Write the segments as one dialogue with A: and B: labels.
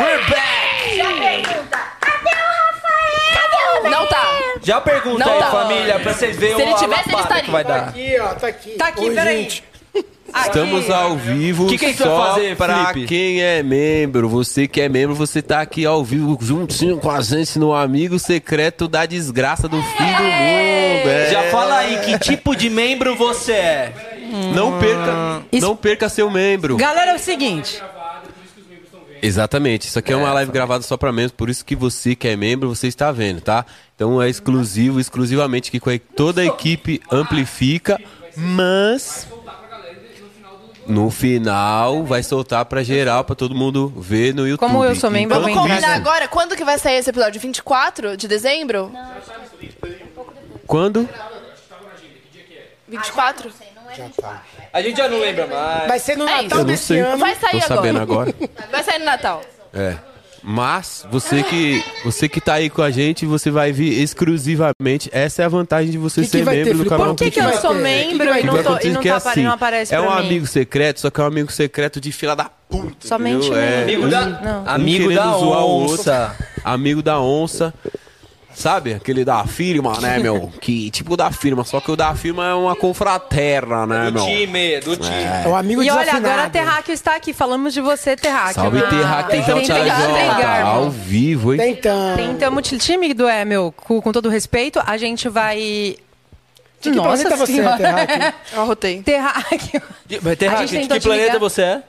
A: We're back!
B: Não tá.
A: Já pergunta
B: Não
A: aí,
B: tá.
A: família, pra vocês verem
B: Se ele
A: o
B: tivesse, ele
A: alapada que
B: estaria.
A: vai dar.
C: Aqui, ó, tá aqui.
D: Tá aqui,
C: Oi,
D: peraí.
C: gente.
E: Estamos ao vivo
A: Que que a gente vai
E: só
A: fazer,
E: pra
A: Felipe?
E: quem é membro. Você que é membro, você tá aqui ao vivo juntinho com a gente no Amigo Secreto da Desgraça do Fim do Mundo. É.
A: Já fala aí, que tipo de membro você é?
F: Hum.
D: Ah.
E: Não perca,
D: Isso-
E: não perca seu membro.
D: Galera, é o seguinte.
E: Exatamente. Isso aqui é uma live gravada só pra membros, por isso que você que é membro, você está vendo, tá? Então é exclusivo, exclusivamente que com a- toda a equipe amplifica, mas no final vai soltar pra geral, pra todo mundo ver no YouTube.
D: eu sou membro, eu vou
E: Enquanto
D: entrar.
B: Combinar
E: isso-
B: agora, quando que vai sair esse episódio? 24 de dezembro?
E: Quando?
B: 24?
A: A gente já não lembra mais.
C: Vai ser no
B: É
C: Natal
B: isso. Eu não
C: desse
E: sei.
C: ano.
B: Vai sair
E: Tô sabendo agora.
B: Vai sair no Natal.
E: É. Mas você que você que tá aí com a gente, você vai vir exclusivamente. Essa é a vantagem de você
C: Que que
E: ser
C: vai ter,
E: membro do
C: Felipe?
E: canal
C: Por
D: Por que, que eu
C: vai
D: sou
C: ter?
D: membro e
E: O que
D: não,
E: vai
D: tô, e
E: acontecer
D: não,
E: que
D: tá,
E: é
D: apare-
E: assim,
D: não aparece
E: é
D: pra
E: um
D: mim?
E: amigo secreto, só que é um amigo secreto de fila da puta.
D: Somente
E: entendeu? É,
D: membro.
A: Amigo da,
D: Não.
A: amigo
E: querendo
A: da
E: zoar o outro.
A: onça.
E: Amigo da onça. Sabe? Aquele da firma, né, meu? Que tipo da firma, só que o da firma é uma confraterna, né,
A: Do
E: meu?
A: time, do time.
C: É um amigo
D: E olha,
C: desafinado.
D: agora Terráqueo está aqui. Falamos de você, Terráqueo.
E: Salve,
D: Ah,
E: Terraquejão,
D: tem
E: Tchau,
D: garbo,
E: Jota,
D: tem garbo.
E: Ao vivo, hein?
C: Então,
D: Então, o time do É, meu, com, com todo respeito, a gente vai
C: De que
F: Nossa
C: planeta você é,
F: Senhora.
C: Terráqueo?
B: Eu arrotei.
F: Terráqueo.
A: De- Vai ter
F: A gente
A: hack, de
F: tentou
A: que
F: te
A: planeta
F: ligar.
A: você é?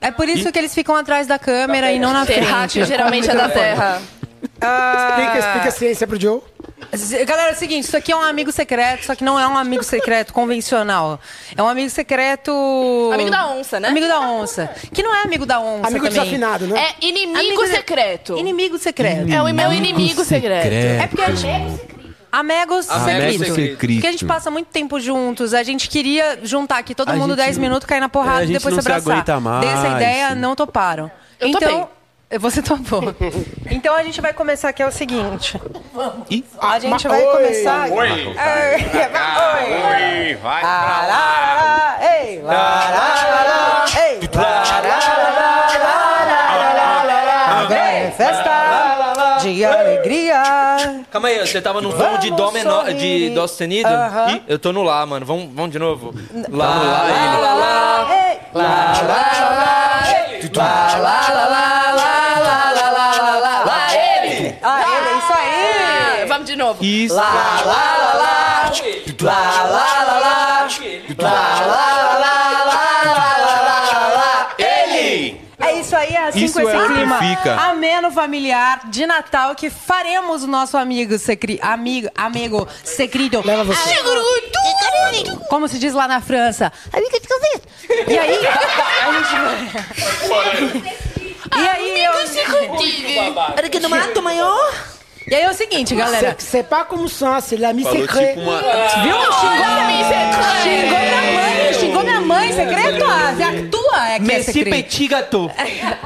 F: É por isso que eles ficam atrás da câmera e não na frente.
B: Terráqueo geralmente é da terra.
C: Explica, explica a ciência pro Joe.
F: Z- Galera, é o seguinte, isso aqui é um amigo secreto, só que não é um amigo secreto convencional. É um amigo secreto...
B: Amigo da onça, né?
F: Amigo da onça. Que não é amigo da onça
C: Amigo
F: também.
C: desafinado, né?
B: É inimigo
F: Amigo de-
B: secreto.
F: Inimigo secreto.
B: É o meu inimigo secreto.
F: É porque a gente... Amigos
A: Amigos
F: secreto.
A: secreto.
F: Porque a gente passa muito tempo juntos. A gente queria juntar aqui todo
E: A
F: mundo
E: gente
F: 10
E: não-
F: minutos, cair na
E: É,
F: porrada
E: a
F: e
E: gente
F: depois
E: não se
F: abraçar.
E: aguenta mais.
F: Dessa ideia, não toparam.
B: Eu
F: então, você topou. então a gente vai começar aqui é o seguinte.
E: Ih.
F: A gente
C: Ma-
F: vai
C: Oi.
F: começar.
G: Oi,
F: É, vai, oi.
G: oi, vai pra lá.
F: Larará, ei, larará, ei, larará, Agora é festa de alegria.
A: Calma aí, você tava num tom de dó
F: Vamos
A: menor,
F: sorrir.
A: de dó sustenido?
F: Aham.
A: Ih, eu tô no lá, mano. Vamos, vamos de novo. Lá, lá, lá, lá,
F: Ei, lá, lá, lá, ei, lá, lá, lá, lá, lá, lá, lá, lá, lá, lá, lá.
B: Lá ele!
F: Ah, ele, é isso aí.
B: Ah, vamos de novo.
E: Isso.
F: Lá, lá, lá, lá, lá, lá, lá, lá, lá, lá, lá, lá, lá, lá, lá, lá.
G: Ele!
F: É isso aí, é assim
E: Isso
F: com esse
E: é
F: clima
E: amplifica.
F: ameno familiar de Natal que faremos o nosso amigo secri... amigo, amigo secreto.
C: Leva você.
F: Como se diz lá na França. E aí, a gente vai- E aí, eu...
B: Era que no mato maior?
F: E aí é o seguinte, galera.
C: Se- C'est pas comme ça, c'est la mi
E: Falou
C: secret.
E: tipo uma...
F: é Viu? Xingou
C: É
B: é
F: Xingou minha mãe, xingou minha mãe, secreto? Ah, é a tua é que é
A: Messi
F: secreto.
A: petit gâteau.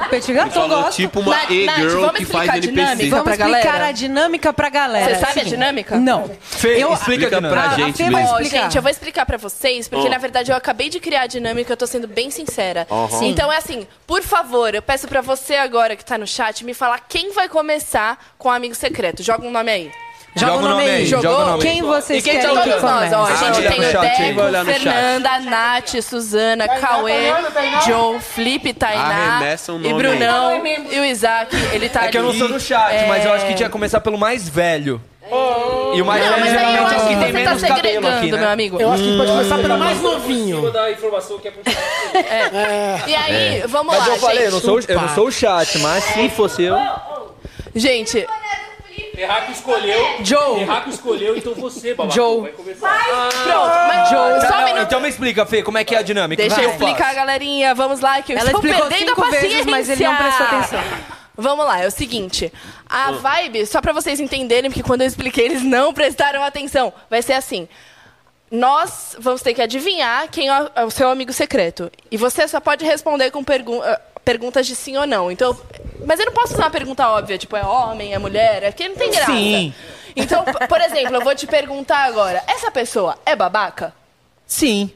F: Petit gâteau,
E: Falou
F: gosto.
E: tipo uma
B: Nath,
E: e-girl
B: vamos
E: que faz
B: explicar a
E: NPC.
B: dinâmica.
F: Vamos
B: pra
F: explicar
B: galera?
F: a dinâmica pra galera.
B: Você sabe a
F: Seguinte.
B: dinâmica?
F: Não.
A: Fê, explica
F: Eu-
A: Oh.
E: Explica
A: pra
E: pra
F: a
E: gente
F: Fê vai
E: mesmo.
B: Ó,
F: explicar.
B: gente, eu vou explicar pra vocês, porque na verdade eu acabei de criar a dinâmica, eu tô sendo bem sincera. Então é assim, por favor, eu peço pra você agora que tá no chat me falar quem vai começar com o amigo secreto. Joga um nome aí.
F: Joga o nome aí.
A: joga o nome aí.
F: Quem vocês
A: E quem
F: querem
A: tá
F: que
B: Todos nós,
F: comece?
B: ó.
A: Ah,
B: A gente
A: olha
B: tem
A: no
B: o
A: chat, hein? Vai olhar
B: Deco,
E: no chat.
B: Fernanda, Nath, Suzana, Cauê,
F: tá
B: Joe, Felipe, Tainá
E: Arremessa um
B: e
E: nome
B: Brunão e o Isaac. Ele tá
A: É que eu não
B: ali.
A: sou do chat,
B: É.
A: mas eu acho que tinha que começar pelo mais velho. E o mais
B: Oh. Não,
A: velho
B: mas aí eu
A: geralmente é o
B: acho
A: que
B: que
A: tem
B: você tá
A: menos cabelo aqui,
B: segregando,
A: né? Hum.
B: meu amigo.
C: Eu acho que pode começar
H: Hum.
C: pelo mais novinho.
H: é
B: É.
C: É.
B: E aí, vamos
A: É. Mas
B: lá,
A: eu falei, eu não,
B: gente.
A: sou, eu não sou o chat, mas se fosse eu...
B: Gente,
H: Terraco escolheu.
F: Joe.
H: Terraco escolheu, então você, babá.
F: Joe.
H: Vai começar.
B: pronto, mas
A: Tá,
B: só um
A: não,
B: minuto.
A: então me explica, Fê, como é que é a dinâmica?
B: Deixa
A: Vai.
B: eu explicar, galerinha. Vamos lá, que eu
F: Ela
B: estou
F: explicou
B: perdendo
F: cinco
B: a paciência.
F: vezes, mas ele não prestou atenção.
B: Vamos lá, é o seguinte. A
A: Ah.
B: vibe, só pra vocês entenderem, porque quando eu expliquei, eles não prestaram atenção. Vai ser assim. Nós vamos ter que adivinhar quem é o- é o seu amigo secreto. E você só pode responder com pergun- ah, perguntas de sim ou não. Então, mas eu não posso usar uma pergunta óbvia, tipo, é homem, é mulher, é porque não tem graça.
A: Sim.
B: Então, p- por exemplo, eu vou te perguntar agora, essa pessoa é babaca?
A: Sim.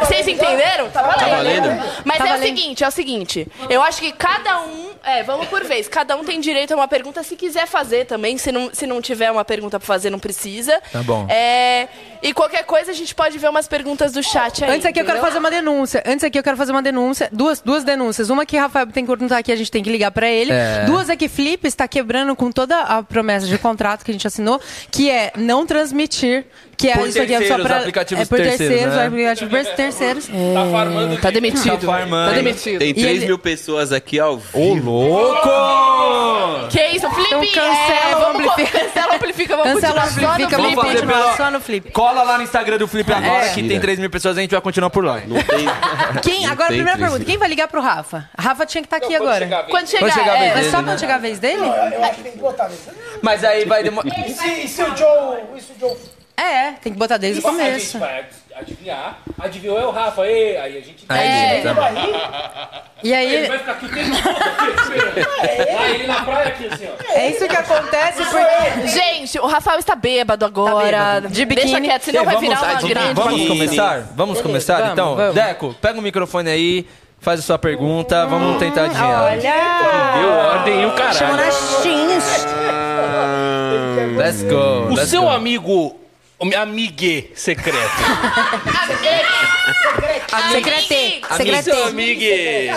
B: Vocês entenderam? Tá valendo.
I: né?
E: valendo.
B: Mas
F: Tá
B: é
F: valendo.
B: o seguinte, é o seguinte. Eu acho que cada um. É, vamos por vez. Cada um tem direito a uma pergunta se quiser fazer também. Se não, se não tiver uma pergunta pra fazer, não precisa.
A: Tá bom.
B: É, e qualquer coisa a gente pode ver umas perguntas do chat aí.
F: Antes aqui eu quero
B: entendeu?
F: fazer uma denúncia. Antes aqui eu quero fazer uma denúncia. Duas, duas denúncias. Uma que Rafael Bittencourt não tá aqui, a gente tem que ligar pra ele.
A: É.
F: Duas é que Flip está quebrando com toda a promessa de contrato que a gente assinou, que é não transmitir. Que é
A: Por
F: isso aqui é só
A: terceiros,
F: pra.
A: aplicativos
F: é por
A: terceiros, né?
F: aplicativos terceiros.
H: Tá farmando.
B: Tá demitido.
A: Tá farmando.
B: Tá demitido.
E: Tem 3
F: ele-
E: mil pessoas aqui ao vivo.
A: Louco!
B: Que isso, Flip?
F: Então cancela
B: é,
F: o
B: vamos co-
F: Amplifica.
B: Cancela, amplifica, vamos
F: Cancela,
B: continuar só no
A: Flip,
F: amplifica, vamos
A: fazer
F: continuar
A: pela-
F: só no Flip.
A: Cola lá no Instagram do Felipe agora
F: É.
A: que tem 3 mil pessoas, a gente vai continuar por lá.
E: Não tem...
F: Quem,
E: Não
F: agora, a
E: tem
F: primeira
E: três.
F: pergunta: quem vai ligar pro Rafa? Rafa tinha que estar aqui agora.
B: Quando chegar,
A: Quando chegar,
B: é,
A: beleza.
F: Mas só
A: Ele, né?
F: quando chegar a vez dele?
A: Mas aí vai demorar.
C: E se, e se o Joe... E se o Joe...
F: É, tem que botar desde o
H: A gente
F: começo.
H: vai adivinhar. Adivinhou é o Rafa. E aí a gente.
A: Aí, tá bom.
F: E aí,
H: Ele vai ficar aqui o tempo todo. Lá ele na praia aqui, assim, ó.
F: é isso que acontece porque. Tá
B: Gente, o Rafael está bêbado agora.
F: bêbado. De
B: Deixa
F: biquíni.
B: quieto, senão vai virar uma
A: Vamos-
B: grande
A: Vamos começar? Vamos começar
F: vamos,
A: então?
F: vamos.
A: Deco, pega o microfone aí, faz a sua pergunta, vamos tentar adivinhar.
F: Olha!
H: ordem e o
F: Chamou
H: caralho.
F: nas jeans.
A: Let's go.
H: O
A: let's
H: seu
A: go.
H: amigo. o Amigue secreto.
F: Secretê.
H: O seu
F: Secretê.
H: amigue.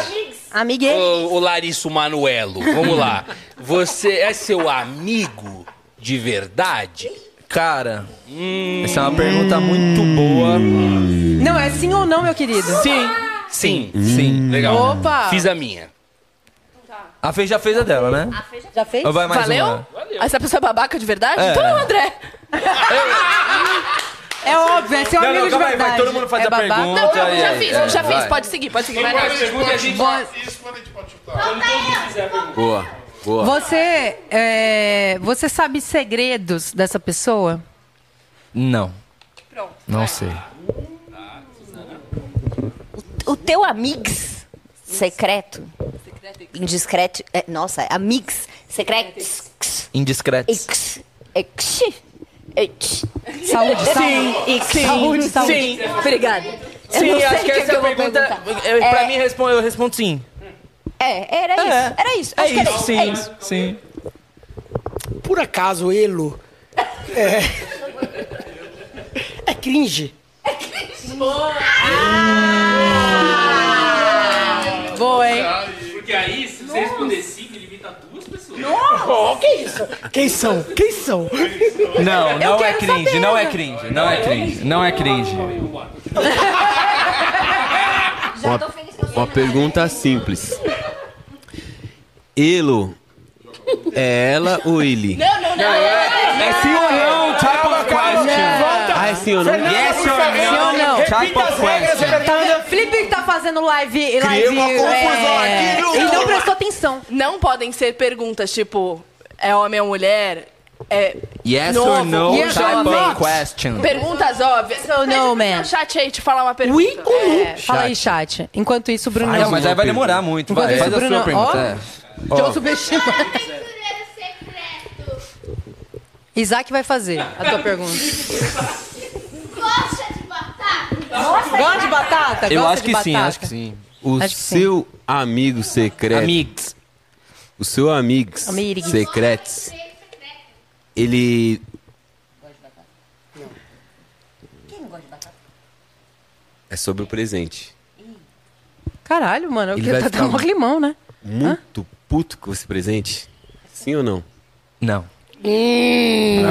F: Amigue.
H: Ô, ô, Larissa Manuelo, vamos lá. Você é seu amigo de verdade?
A: Cara, essa é uma pergunta muito boa.
F: Não, é sim ou não, meu querido?
J: Sim. Sim.
A: Sim.
J: Legal.
F: Opa!
J: Fiz a minha.
K: Então tá.
A: A Fê já fez a dela, né?
D: Já fez?
A: Ou vai mais
B: Valeu?
A: uma?
B: Essa pessoa é babaca de verdade?
A: É.
B: Então é o André.
F: É óbvio, é seu
A: Não,
F: amigo
A: não,
F: de
A: calma aí,
F: verdade.
A: vai todo mundo fazer
F: é
A: a
F: babaca.
A: pergunta.
B: Não,
A: aí,
B: não, já
A: aí,
B: fiz,
A: aí,
B: já
A: vai.
B: fiz. Pode seguir, pode seguir. Vai lá.
J: a gente...
L: Isso quando a gente pode chutar.
E: Boa, boa.
D: Você, é, você sabe segredos dessa pessoa?
A: Não. Não sei.
K: O teu amigos secreto. Indiscreto. é, nossa, amigos secretos.
A: Indiscretos.
K: Ex. Ex. Ex.
D: Saúde, saúde.
K: Ex.
D: saúde, saúde.
A: Sim.
K: Obrigada. Eu
A: Sim,
K: não sei
A: acho que
K: o
A: essa é
K: eu vou
A: pergunta.
K: perguntar.
A: eu- Pra
K: É.
A: mim, respondo- eu respondo sim.
K: É, era isso.
A: É.
K: Era isso.
A: É
K: Acho que era
A: isso,
K: isso.
A: sim.
K: É isso.
A: Sim.
C: Por acaso, Elo. É. É cringe.
A: Ah!
C: Ah!
F: Boa, hein?
J: Porque aí, se você responder sim, que limita duas pessoas.
C: Quem são? Quem são?
A: Não, não é cringe, não é cringe, não é cringe, não é cringe.
E: Uma, uma pergunta simples. Elo, é ela ou ele?
B: Não, não, não.
A: É sim ou não, type of question.
E: Ah, é sim ou não?
A: Yes or
F: Sim ou não?
A: no, type of question.
D: Felipe que tá fazendo live.
E: Criei
D: live
E: uma
F: é.
E: confusão aqui, viu?
D: Ele não prestou atenção.
B: Não podem ser perguntas tipo: é homem ou mulher? É.
A: Yes
B: Novo.
A: or no,
D: Yes or
A: type
D: not.
A: of question.
B: Perguntas óbvias.
D: ou não,
B: Pede pro
D: man?
B: chat aí te falar uma pergunta. É.
D: Fala aí, chat. Enquanto isso, Bruno.
A: Não,
E: um
A: mas aí vai demorar muito. Vai,
D: Enquanto
A: faz a
D: isso,
A: sua
D: Bruno- ó.
A: pergunta. é.
D: Joe subestima. Isaac vai fazer a tua pergunta.
F: Gosta de batata?
A: Eu
F: Gosta
A: acho
F: de
A: que sim,
F: batata?
A: acho que sim.
E: O
D: Acho que sim.
E: seu amigo secreto.
A: Amigos.
E: O seu amigo
D: Amigues.
E: secretos. Ele. É sobre o presente.
D: Caralho, mano. Eu
E: Ele
D: queria
E: vai
D: tá
E: ficar-
D: um limão, né?
E: Muito puto com esse presente? Sim ou não?
A: Não.
C: Hum.
H: é.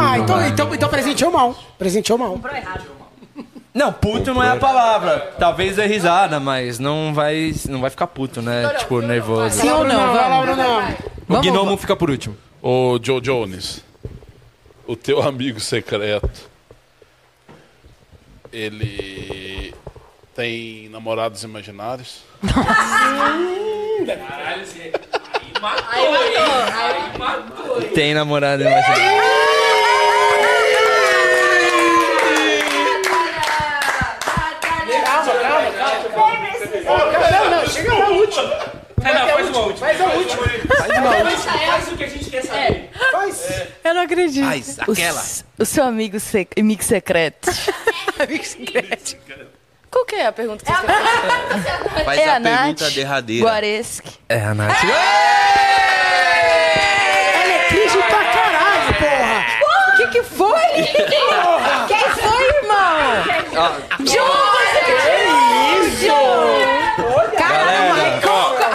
C: Ah, então, então, então presenteou mal. Presenteou mal.
A: Não, puto não é a palavra. Talvez é risada, mas não vai, não vai ficar puto, né? Tipo, nervoso.
D: Sim ou não? Vamos.
A: O
D: Vamos.
A: gnomo fica por último.
L: Ô, Joe Jones, o teu amigo secreto, ele tem namorados imaginários?
A: Tem namorada imaginária.
J: É, não, faz uma última. Faz a última. Faz o que a gente quer saber.
F: Eu não acredito.
A: Aquela.
B: O seu amigo sec... amigo secreto. Qual que é a pergunta que você fez?
E: Faz
B: É
E: a,
B: a Nath
E: pergunta derradeira.
B: Guareschi.
A: É, a Nath.
C: Ela é cringe pra caralho, porra.
F: O que que foi? Quem foi, irmão?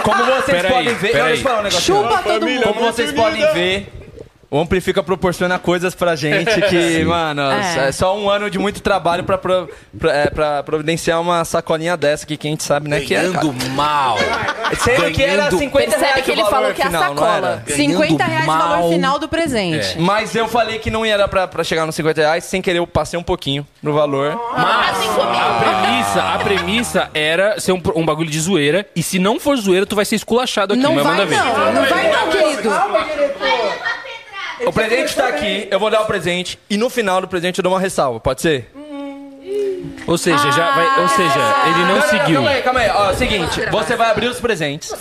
A: Como vocês podem ver, eu vou falar um negócio.
F: Chupa todo mundo.
A: Como vocês podem ver, o Amplifica proporciona coisas pra gente que, mano, é. só um ano de muito trabalho pra, pro- pra- é, pra providenciar uma sacolinha dessa que, que a gente sabe, né? Que é,
E: Ganhando mal.
A: Sendo que era
E: ganhando-
A: 50
B: Percebe
A: reais
B: que
A: o
B: ele
A: valor
B: falou que é a
A: final, não
B: sacola.
A: era?
D: 50 reais o valor
E: mal.
D: final do presente.
A: É. Mas eu falei que não era pra, pra chegar nos 50 reais, sem querer eu passei um pouquinho no valor.
E: Ah.
J: A premissa, a premissa era ser um, um bagulho de zoeira. E se não for zoeira, tu vai ser esculachado aqui.
F: Não
J: mas
F: vai
J: manda ver.
F: não, não vai não, querido.
A: O presente tá aqui, eu vou dar o presente e no final do presente eu dou uma ressalva, pode ser?
F: Hum.
J: Ou seja, já vai,
F: Ah.
J: ou seja, ele não, seguiu.
A: Calma aí, calma aí. Ó, seguinte, você vai abrir os presentes
F: Os,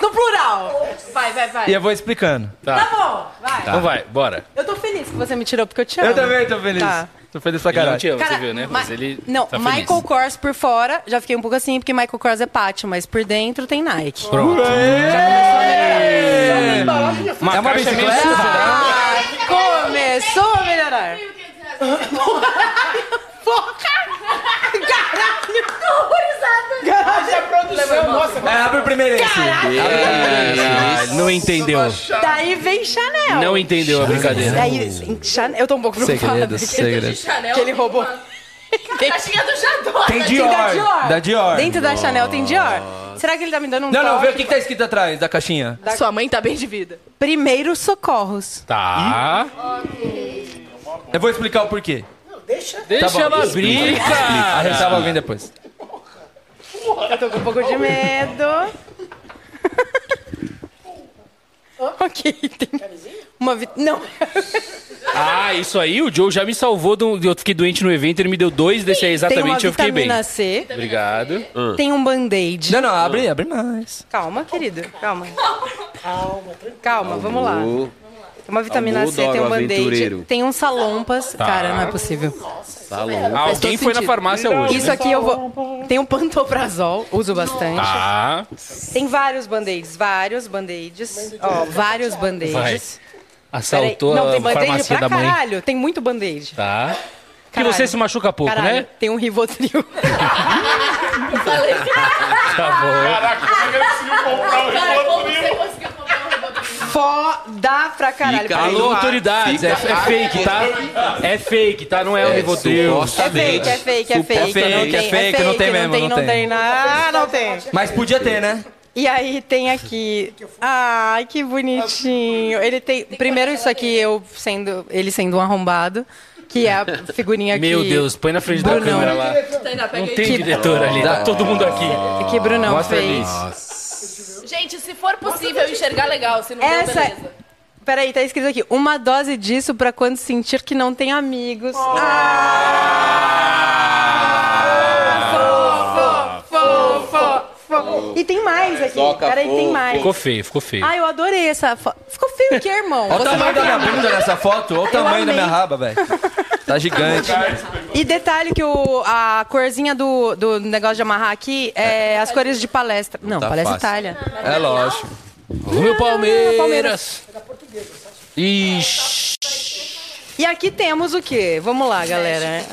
F: no plural.
B: Vai, vai, vai.
A: e eu vou explicando.
F: Tá bom, vai.
J: Então vai, bora.
F: Eu tô feliz que você me tirou porque eu te amo.
A: Eu também tô feliz.
F: Tá.
A: Tô feliz pra
J: Ele não
A: caralho.
J: te ama,
F: Cara,
J: você viu, né?
F: Ma-
J: Mas ele
F: Não,
J: tá feliz.
F: Michael Kors por fora, já fiquei um pouco assim, porque Michael Kors é pátio, mas por dentro tem Nike.
J: Pronto. Tá Uma
A: É uma
J: caixa meio
A: bicicleta?
J: suja, né?
F: Ah, Começou a melhorar.
C: Garagem é produção. Nossa,
A: É, abre o primeiro esse. Abre o primeiro esse. Não
H: Não entendeu.
F: Daí vem Chanel.
H: Não entendeu a brincadeira.
F: Daí, Chanel. Eu tô um pouco preocupada.
H: Segredos, segredos.
F: Chanel. Que ele roubou. Tem... caixinha do Jador.
A: Tem Dior, da Dior.
F: Dentro da Chanel tem Dior. Será que ele tá me dando um
A: Não, não,
F: toque?
A: vê o que, que tá escrito atrás da caixinha.
F: Sua mãe tá bem de vida. Primeiros socorros.
A: Tá. Eu vou explicar o porquê.
C: Deixa.
A: Tá bom, explica, explica. A gente tava ouvindo depois.
F: Eu tô com um pouco de medo. ok, tem uma vi... Não.
H: Ah, isso aí, o Joe já me salvou. do- Eu fiquei doente no evento, ele me deu dois desse aí
F: tem uma
H: exatamente eu fiquei bem.
F: vitamina C.
H: Obrigado.
F: Tem um band-aid.
A: Não, não, abre, abre mais.
F: Calma, querido. Calma. Calma. Calma, vamos lá. Tem uma vitamina
E: Alô,
F: C, tem um
E: Dora
F: band-aid.
E: Aventureiro.
F: Tem um salompas.
E: Tá.
F: Cara, não é possível.
E: Tá louco.
H: Ah, Alguém foi na farmácia hoje.
F: Isso
H: né?
F: aqui eu vou... Tem um pantoprazol, uso bastante.
H: Tá.
F: Tem vários band-aids, vários band-aids. Ó, vários
H: Vai.
F: band-aids.
H: Assaltou
F: Peraí, Não, tem
H: a
F: band-aid
H: farmácia
F: pra
H: da mãe.
F: caralho. Tem muito band-aid.
H: Tá. Que
F: Caralho.
H: você se machuca pouco,
F: Caralho,
H: né?
F: tem um Rivotril.
H: Tá
F: um Foda pra
H: bom.
F: caralho. Peraí.
H: Alô, autoridades.
E: fica
H: É, é
E: no ar.
H: fake, tá? É fake, tá? Não é o
E: É,
H: Rivotril.
F: É fake, é fake, é fake. não
A: fake, é
F: tem,
A: fake, não tem mesmo,
F: Não tem,
A: não
F: não
A: tem.
F: tem. na- Ah, não tem.
A: Mas podia ter, né?
F: E aí tem aqui. Ai, que bonitinho. Ele tem. Primeiro, isso aqui, eu sendo. Ele sendo um arrombado. Que é a figurinha que.
H: Meu Deus, põe na frente da
F: Brunão.
H: câmera lá.
B: tá
H: Não tem diretor ali, tá todo mundo aqui.
F: É Que Brunão
H: Mostra ali.
F: fez.
B: Gente, se for possível enxergar legal, se não der,
F: Essa.
B: beleza.
F: Peraí, tá escrito aqui. Uma dose disso pra quando sentir que não tem amigos. Ah! Fofo, fofo, fofo. E tem mais aqui.
E: Soca
F: Peraí, tem
E: fofo.
F: mais.
H: Ficou feio, ficou feio.
F: Ah, eu adorei essa foto. Ficou feio o que, irmão?
A: Olha o
F: Você
A: tamanho da
F: vai
A: minha
F: amar.
A: bunda nessa foto. Olha o tamanho da minha raba, velho. Tá gigante.
F: E detalhe que o, a corzinha do, do negócio de amarrar aqui é as cores de palestra. Não,
E: tá
F: palestra
E: fácil.
F: Itália. Ah,
A: É lógico.
H: O meu Palmeiras. Ixi.
F: E aqui temos o quê? Vamos lá, galera.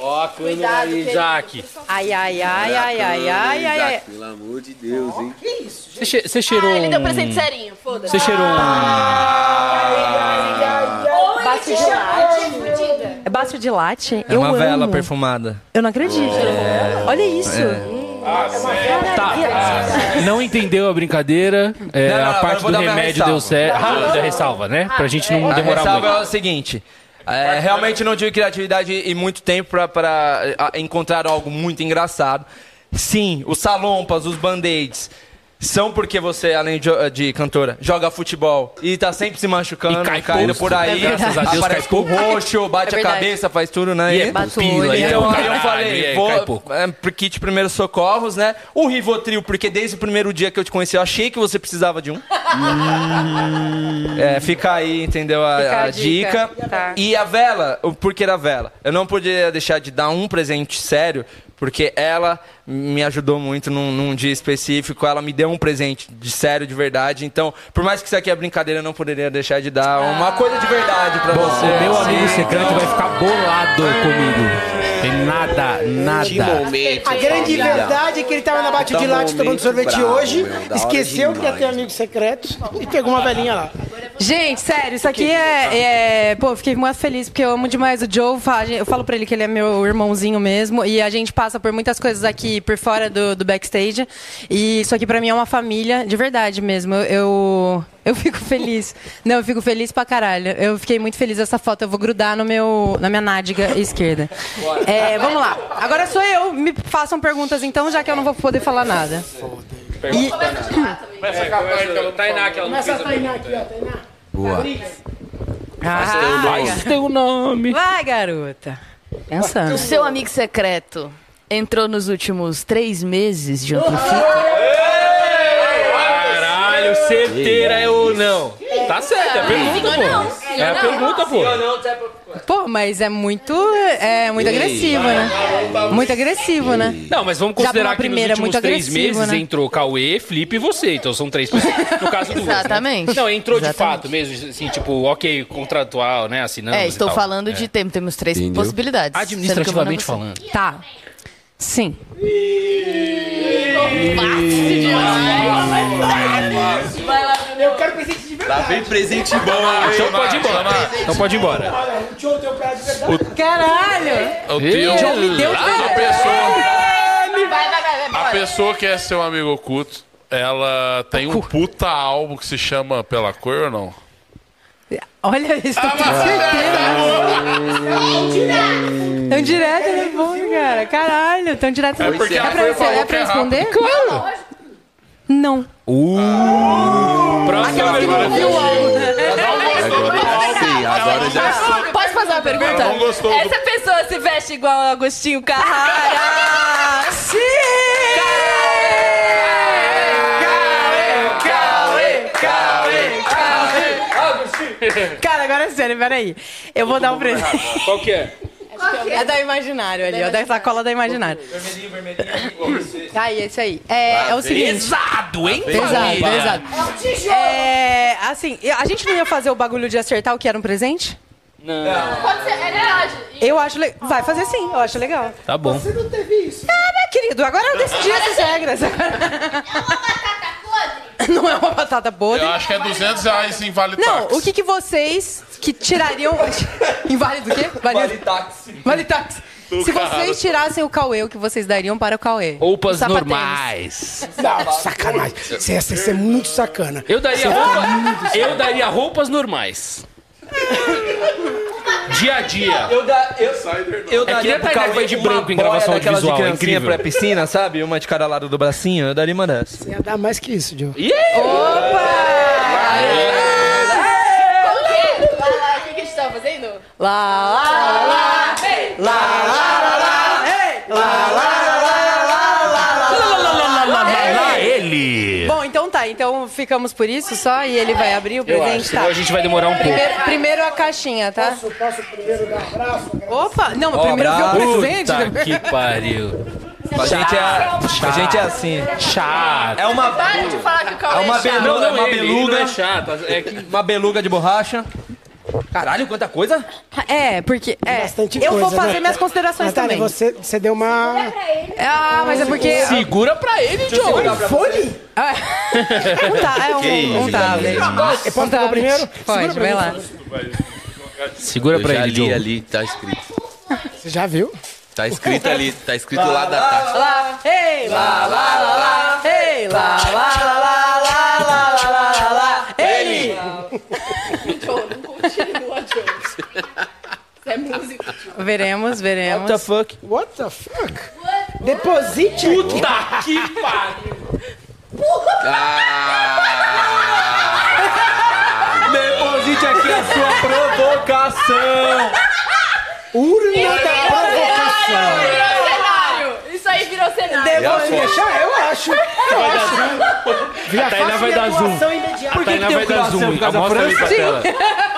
H: Ó a câmera aí, Isaac.
F: Ai, ai, ai, ai, ai, ai, ai, ai.
E: Pelo amor de Deus, hein?
H: Você che- Você cheirou
F: Ah,
B: Ele deu
H: um...
B: presente serinho, foda-se.
H: Você cheirou um...
A: Ah.
F: Baço de latte. É baço de latte?
A: É
F: eu
A: uma
F: amo.
A: vela perfumada. É.
F: Eu não acredito. Olha isso. Tá.
H: Não entendeu a brincadeira. é, a
A: Não, não, agora eu
H: parte
A: vou
H: do
A: dar minha
H: remédio deu
A: ressalva.
H: certo. Ah, da ressalva, né? Pra gente não
A: A
H: demorar
A: ressalva
H: muito.
A: é o seguinte. é, realmente não tive criatividade e muito tempo pra- pra a, encontrar algo muito engraçado. Sim, os salompas, os band-aids, são porque você, além de, de cantora, joga futebol e tá sempre se machucando,
H: E cai
A: caindo
H: posto.
A: por aí,
H: É verdade. Graças a Deus,
A: aparece
H: cai
A: com roxo, bate
F: É
A: a
F: verdade.
A: cabeça, faz tudo, né?
H: E
A: E-
H: é pupila, e é
A: então,
H: o
A: aí eu
H: caralho, e
A: falei,
H: aí
A: vou,
H: cai pouco.
A: é, pro kit primeiros socorros, né? O Rivotril, porque desde o primeiro dia que eu te conheci, eu achei que você precisava de um. É, fica aí, entendeu? A,
F: Fica a
A: a dica.
F: dica. Tá.
A: E a vela, o porquê da vela? Eu não podia deixar de dar um presente sério, porque ela me ajudou muito num, num dia específico. Ela me deu um presente de sério, de verdade. Então, por mais que isso aqui é brincadeira, eu não poderia deixar de dar
F: Ah.
A: uma coisa de verdade pra você.
H: O meu
A: Sim.
H: amigo secreto vai ficar bolado comigo. Tem nada,
E: Que
H: nada.
E: momento.
C: A grande
E: família.
C: verdade é que ele tava na bate de
E: Tá um
C: latte tomando
E: momento
C: sorvete
E: bravo,
C: hoje,
E: meu, da hora
C: esqueceu que ia
E: demais.
C: ter amigos secretos e pegou uma velhinha lá.
F: Gente, sério, isso aqui é, é- Pô, eu fiquei muito feliz porque eu amo demais o Joe. fa- Eu falo pra ele que ele é meu irmãozinho mesmo. E a gente passa por muitas coisas aqui por fora do, do backstage. E isso aqui pra mim é uma família, de verdade mesmo. Eu, eu, eu fico feliz. Não, eu fico feliz pra caralho. Eu fiquei muito feliz essa foto. Eu vou grudar no meu, na minha nádiga esquerda. É, vamos lá. Agora sou eu. Me façam perguntas então, já que eu não vou poder falar nada.
E: Boa.
F: Ah,
H: Teu nome.
F: vai, garota. Pensando.
I: O seu amigo secreto entrou nos últimos três meses de Amplifica?
H: Caralho, certeira é ou não? Tá certo, é a pergunta, pô. É a pergunta, pô.
A: tipo,
F: Pô, mas é muito. É muito agressivo, né? Muito agressivo, né?
H: Não, mas vamos
F: Já
H: considerar
F: pela
H: que
F: primeira,
H: nos últimos
F: muito
H: três
F: agressivo,
H: meses
F: né?
H: entrou Cauê, Felipe e você. Então são três pessoas. No caso
E: Uhum.
H: do
I: Exatamente.
H: Não, entrou de
I: Exatamente.
H: fato mesmo, assim, tipo, ok, contratual, né? Assinamos.
I: É,
H: e
I: estou
H: tal.
I: falando
H: É.
I: de tempo. Temos três
E: Entendeu?
I: possibilidades. sendo que eu vou na
H: Administrativamente
I: você.
H: falando.
F: Tá. Sim.
C: Vai lá, eu quero presente de verdade.
E: Lá vem presente bom. hein?
H: Então pode ir embora. Então pode ir embora.
C: Olha, o John tem um prazo de verdade.
F: Caralho!
L: O teu.
F: John me deu de
L: a
F: verdade.
L: pessoa,
B: Vai, vai, vai, vai.
L: a
B: bora.
L: pessoa que é seu amigo oculto, ela tem um puta álbum que se chama Pela Cor ou não?
F: Olha isso, tô com certeza. Tão direto, ele é bom, cara. Caralho, tão direto.
L: É porque ela
F: pra,
L: foi
F: você,
L: falou
F: é
L: que
F: pra
L: é
F: responder? Claro! Não.
H: Próximo.
E: Agora tá assim. já sei, agora já sei.
B: Tá.
M: Posso fazer uma pergunta?
L: Não gostou do-
M: Essa pessoa se veste igual o Agostinho Carrara? Sim!
F: Cara, agora é sério, peraí. Eu vou dar um presente.
H: Qual que é?
F: É da Imaginário ali, ó, da sacola da Imaginário.
A: Vermelhinho, vermelhinho.
F: Tá aí, esse aí. É, é o seguinte.
H: Pesado, hein? Tá
F: Pesado,
H: família?
F: pesado.
C: um
F: É, assim, a gente não ia fazer o bagulho de acertar o que era um presente?
B: Pode ser, é verdade.
F: Eu acho legal. Vai fazer sim, eu acho legal.
H: Tá bom.
C: Você não teve isso.
F: Ah, meu querido, agora eu decidi essas regras. Não é uma batata podre.
L: Eu acho que é 200 reais em Vale
F: Não,
L: Táxi.
F: o que, que vocês que tirariam. Inválido o quê?
A: Vale
F: Vale,
A: táxi.
F: vale táxi. Se
L: caralho.
F: vocês tirassem o Cauê, o que vocês dariam para o Cauê?
H: Roupas
F: Os sapatênis.
H: normais.
C: Não, sacanagem. Você ia ser- ser é muito sacana.
H: Eu daria, roupa- eu daria roupas normais. Dia a dia. É
A: Eu, da, eu, eu daria
H: nem a
A: pro
H: Tainá
A: Cauê
H: vai de
A: uma
H: branco em
A: boia
H: gravação
A: daquelas
H: audiovisual,
A: de
H: é
A: criancinha
H: incrível.
A: pré-piscina, sabe? Uma de cada lado do bracinho, eu daria uma dessas.
C: Ia dar mais que isso, John.
B: Como que é? Vai lá, o que que a gente tá fazendo?
F: Lá, lá,
H: Lá ele.
F: Bom, então tá. Então ficamos por isso só e ele vai abrir o
H: É. Eu acho,
F: presente, tá?
H: senão a gente vai demorar um pouco.
F: Primeiro, primeiro a caixinha, tá?
C: Eu posso primeiro dar um abraço.
F: Opa! Não, mas
A: Ó,
F: primeiro ver
A: bravo.
F: o presente.
H: Puta que pariu.
A: A gente, é, a gente é assim.
H: Chato.
A: É uma,
B: Para de falar que o Cauê
A: É uma
B: é chato.
A: beleza. Não, não,
H: uma
A: ele, ele
H: beluga.
A: não é
H: chato. É que...
A: uma beluga de borracha. Caralho, quanta coisa!
F: É, porque. É,
C: Bastante
F: eu
C: coisa,
F: vou fazer
C: né?
F: minhas considerações
C: Natália,
F: também.
C: você, você deu uma.
F: Ah, mas é porque.
H: Segura pra ele, John.
C: Fone?
F: Ah, um, tá, é um, um tablet.
C: Ah, Eu posso pegar o primeiro? Segura
F: Pode,
C: pra
F: vai
C: mim.
F: lá.
H: Segura
E: Eu
H: pra
E: já
H: ele,
E: li
H: John.
E: ali, tá escrito.
C: Você já viu?
E: Tá escrito ali, tá escrito lá da Tati.
F: Lá, ei, lá, lá, lá, lá, ei, lá, lá, lá, lá, lá, lá, lá, lá, lá, lá, ele.
B: John, não continua, John. Você é músico.
F: Veremos, veremos.
A: fuck?
C: What the fuck? Deposite.
H: Puta que pariu.
A: Ah. Deposite aqui a sua provocação!
C: Urna da provocação.
B: Virou cenário. Isso aí virou cenário.
C: Pode deixar? Eu acho. Eu acho. Já
H: Tainá
C: faço
H: vai
C: minha
H: dar zoom.
C: doação imediata.
A: Por que, que
H: Tainá
A: tem
H: vai
A: um
H: dar
A: coração
H: zoom.
A: por causa da
H: Mostra ali pra
A: França?
H: tela.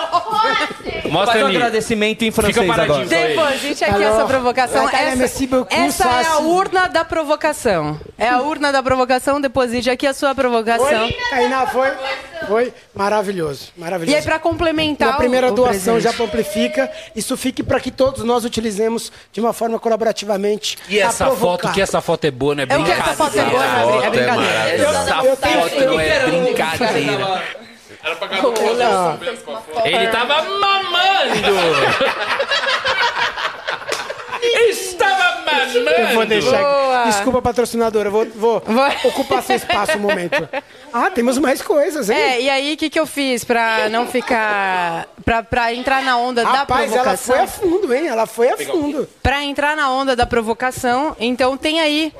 A: Faz
H: Mostra
A: um
H: ali.
A: agradecimento em
H: Fica
A: francês
H: paradinho
A: agora.
H: isso aí.
F: Deposite aqui
C: Alô? tá
F: essa provocação.
C: Natália,
F: Essa,
C: merci beaucoup,
F: essa é a
C: Sassi.
F: urna da provocação. É a urna da provocação, deposite aqui é a sua provocação.
C: Tainá, foi? Foi maravilhoso.
F: E aí,
C: Maravilhoso.
F: pra complementar.
C: Na primeira
F: o- o
C: doação
F: presente.
C: já amplifica. Isso fique para que todos nós utilizemos de uma forma colaborativamente.
H: E
C: pra
H: essa
C: provocar.
H: foto, que essa foto é boa, não é
F: Eu quero
H: brincadeira.
F: essa foto é boa,
E: Essa
F: é brin- é
E: foto é
F: brincadeira.
H: Essa
C: eu tenho-
H: foto não é brincadeira.
L: Era pra cada um fazer um sorvete com a foto.
H: Ele tava mamando. Estava
F: É,
C: Eu vou
H: mamando.
C: deixar. aqui. Desculpa, patrocinadora, eu vou, vou ocupar seu espaço um momento. Ah, temos mais coisas, hein?
F: É, e aí o que, que eu fiz pra não ficar. Pra, pra entrar na onda
C: Rapaz,
F: da
C: ela foi
F: provocação?
C: a fundo, hein? Ela foi a fundo.
F: Pra entrar na onda da provocação, então tem aí.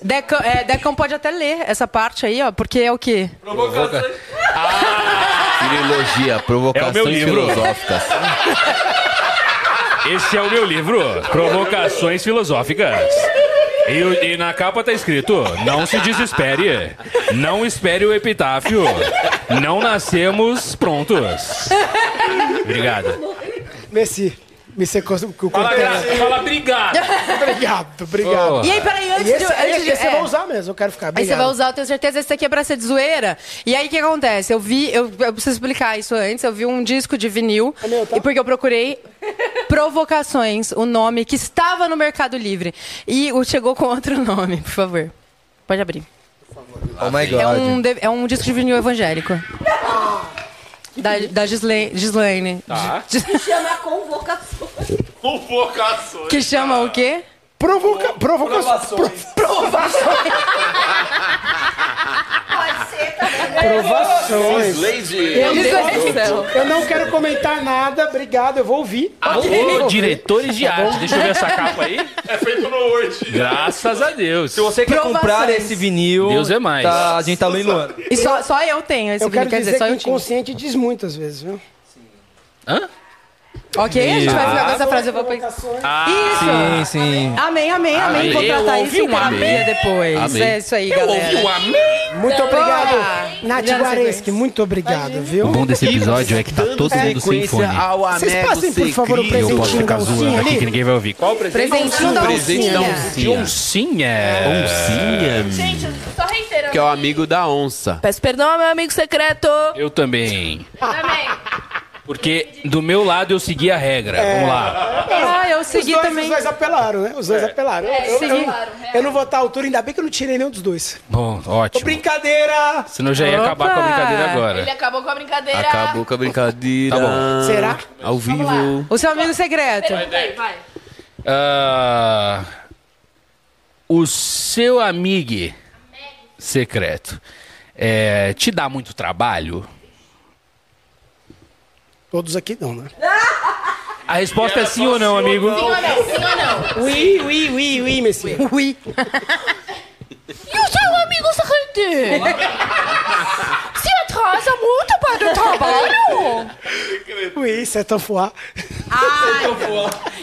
F: Decão, é, Decão pode até ler essa parte aí, ó, porque é o quê?
E: Ah! Trilogia,
H: É o
E: provocações
H: meu livro.
E: filosóficas.
H: Esse é o meu livro, Provocações Filosóficas. E, o- e na capa tá escrito: Não se desespere, não espere o epitáfio, não nascemos prontos. Obrigado.
C: Messi, me secou com o
H: Fala,
C: corpo.
H: gra- fala obrigado.
C: Obrigado, obrigado.
H: Boa.
F: E aí, peraí, antes
C: E esse,
F: de. Antes
C: esse,
F: de
C: esse eu
F: é.
C: vou usar mesmo, eu quero ficar.
F: Aí
C: Obrigado.
F: você vai usar, eu tenho certeza, esse aqui é pra ser de zoeira. E aí o que acontece? Eu vi, eu, eu preciso explicar isso antes, eu vi um disco de vinil.
C: É meu, tá?
F: E porque eu procurei. Provocações, o nome que estava no Mercado Livre. E o chegou com outro nome, por favor. Pode abrir.
A: Oh my god.
F: É um, de- é um disco de vinil evangélico. Da, da Gislaine, Gislaine.
L: Tá.
K: Que chama convocações.
L: Convocações.
F: Que chama o quê?
C: Provoca, provocações.
F: Provações.
C: Provações. Eu,
N: Meu Deus do céu.
C: eu não quero comentar nada, obrigado, eu vou ouvir.
N: Alô, diretores de
C: Tá bom.
N: arte. Deixa eu ver essa capa aí.
L: É feito no hoje.
N: Graças a Deus.
A: Se você quer comprar esse vinil.
N: Deus é mais.
A: tá- a gente tá leiloando.
F: E só, só eu tenho esse
C: Eu
F: vídeo,
C: quero
F: quer
C: dizer,
F: dizer, só
C: que o
F: um eu tinha.
C: inconsciente diz muitas vezes, viu?
F: Ok? A gente vai ficar com essa frase, eu vou pensar.
A: Ah.
F: Isso.
A: Sim, sim.
F: Amém, amém, amém.
A: Amém.
F: Vou tratar
A: Eu
F: isso em
A: ouvi um
F: terapia
A: amém.
F: depois.
A: Amém.
F: É isso aí,
A: Eu
F: galera.
A: ouvi um amém.
C: Muito
F: Então,
C: obrigado,
F: bora.
C: Nath
F: Já na
C: Guareschi, muito obrigado, viu?
H: O bom desse episódio é que tá todo mundo sem fone.
C: Vocês passem, por favor, o
H: Eu posso
C: presentinho da
H: ficar zoando
C: Oncinha
H: aqui que
C: ali.
H: ninguém vai ouvir. Qual o
C: presente? Presentinho da
E: Presente da oncinha.
H: Oncinha.
E: Oncinha.
B: Gente, só reiterando.
E: Que é o amigo da onça.
B: Peço perdão ao meu amigo secreto.
N: Eu também.
B: Também.
N: Porque do meu lado eu segui a regra.
C: É.
N: Vamos lá.
F: Ah, eu segui
C: os dois,
F: também.
C: Os dois apelaram, né? Os dois apelaram.
F: É,
C: eu,
F: segui.
C: eu, eu não vou estar à altura, ainda bem que eu não tirei nenhum dos dois.
N: Bom,
C: Ô,
N: ótimo.
C: brincadeira!
N: Senão já ia acabar com a brincadeira
B: Ele
N: agora.
B: acabou com a brincadeira.
E: Acabou com a brincadeira.
N: Tá bom.
C: Será?
E: Ao vivo.
F: O seu amigo secreto.
B: Vai, vai.
N: Ah, o seu amigo secreto é, te dá muito trabalho?
C: Todos aqui não, né?
N: A resposta é sim ou não, amigo?
B: Sim ou não? Sim ou não?
C: Ui, ui, ui, ui, Messias.
F: Ui.
B: E o seu um amigo secreto? Se atrasa muito para o trabalho?
C: Ui, isso é tão fuá.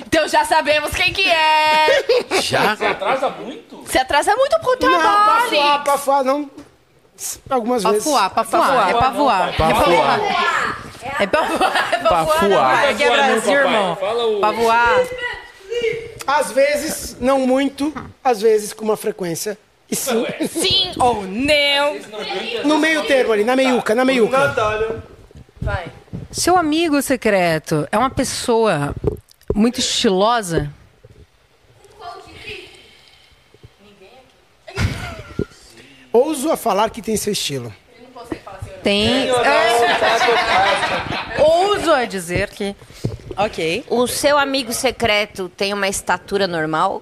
B: Então já sabemos quem que é.
E: Já?
N: atrasa muito?
B: Se atrasa muito pro
C: Não, pra
B: trabalho.
C: fuá, pra fuá, não. Algumas vezes.
F: Pafuá, pafuá. É pafuá.
E: Pafuá.
F: É É pafuá. É
E: Pafuá.
F: pafuá. Aqui é Brasil, irmão. Pafuá.
C: Às vezes, não muito, às vezes com uma frequência. E sim.
B: Sim ou não?
C: No meio termo ali, na meiuca, na meiuca.
B: Vai.
F: Seu amigo secreto é uma pessoa muito estilosa?
C: Ouso a falar que tem seu estilo.
F: Tem. É. Ouso a dizer que. Ok.
K: O seu amigo secreto tem uma estatura normal?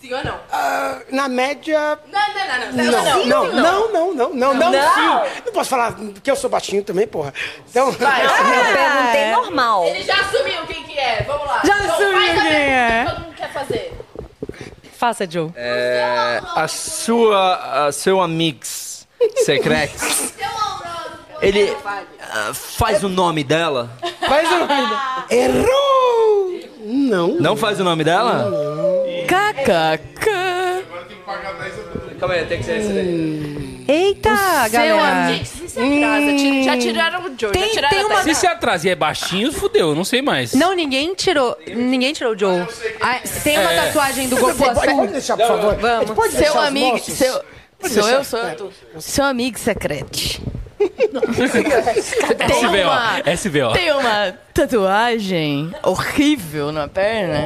B: Sim ou não?
C: Ah, na média.
B: Não, não, não.
C: Não,
B: Sim ou
C: não, não, não, não, não, não,
B: Não.
C: sim. Não posso falar que eu sou baixinho também, porra. Então,
F: é
K: Eu perguntei normal.
B: Ah. Ele já assumiu quem que é. Vamos lá.
F: Já
B: Então,
F: assumiu
B: faz a
F: quem
B: pergunta
F: é.
B: que Todo mundo quer fazer.
F: Faça, Joe.
A: É, a sua. A seu amigos secretos. Ele ah, faz o nome dela?
C: faz o. Errou! Não.
A: Não faz o nome dela?
F: KKK.
A: Calma aí, tem que ser esse daí.
F: Eita,
B: Seu
F: galera. Hum.
B: amigo. Se se atrasa. tira- Já tiraram o Joe.
F: Tem-
B: já tiraram
F: tem
B: a
F: uma-
B: Tainá.
N: Se se atrasa e é baixinho, fudeu, não sei mais.
F: Não, ninguém tirou. Ninguém tirou o Joe. Ah, tem uma
N: É.
F: tatuagem do
C: Você
F: Goku
C: pode, pode
F: assim.
C: deixar, por favor. A gente Pode
I: Seu
C: deixar os
I: amigo.
C: nossos?
I: Seu,
C: Pode
I: sou
C: deixar. É.
I: eu, sou eu. Seu amigo secreto.
G: É
I: tem
N: SBO,
I: uma,
N: SBO.
I: tem uma tatuagem horrível na perna.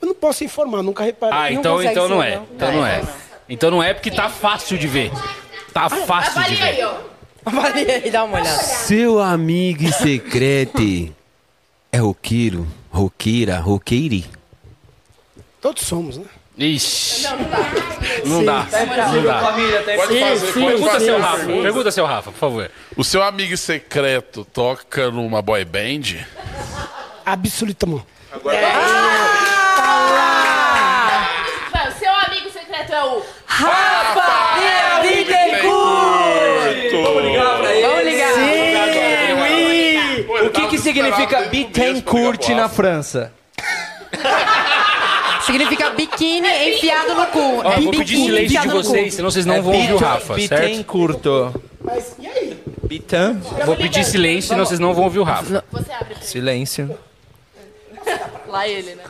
C: Eu não posso informar, nunca reparei.
N: Ah, então,
C: consegue
N: então
C: ser,
N: não é. Então não é. Então não é porque tá fácil de ver. Tá fácil de
B: Avalia aí,
N: ver.
B: ó.
F: Avalia aí, dá uma olhada.
E: Seu amigo secreto é roqueiro, roqueira, roqueire.
C: Todos somos, né?
N: Ixi. Não dá. Não dá.
A: Família, tem
L: Pode fazer, pode
N: Pergunta
L: fazer.
N: seu Rafa. Pergunta seu Rafa, por favor.
L: O seu amigo secreto toca numa boy band?
C: Absolutamente.
B: É. Vai, o seu amigo secreto é o.
F: Rafa
L: Muito.
F: Vamos ligar.
A: O que, que significa Bittencourt na França?
F: Significa biquíni
B: É
F: enfiado no cu.
N: Ó,
F: É
N: vou pedir
F: biquíni
N: silêncio de
F: enfiado no
N: vocês,
F: cu.
N: senão vocês não
A: É
N: vão ouvir o
A: Bitten-
N: Rafa, certo?
A: Bittencourt.
C: Mas e aí?
A: Bitten.
N: Vou pedir silêncio, senão vocês não vão ouvir o Rafa.
B: Você abre.
A: Silêncio.
B: Lá ele, né?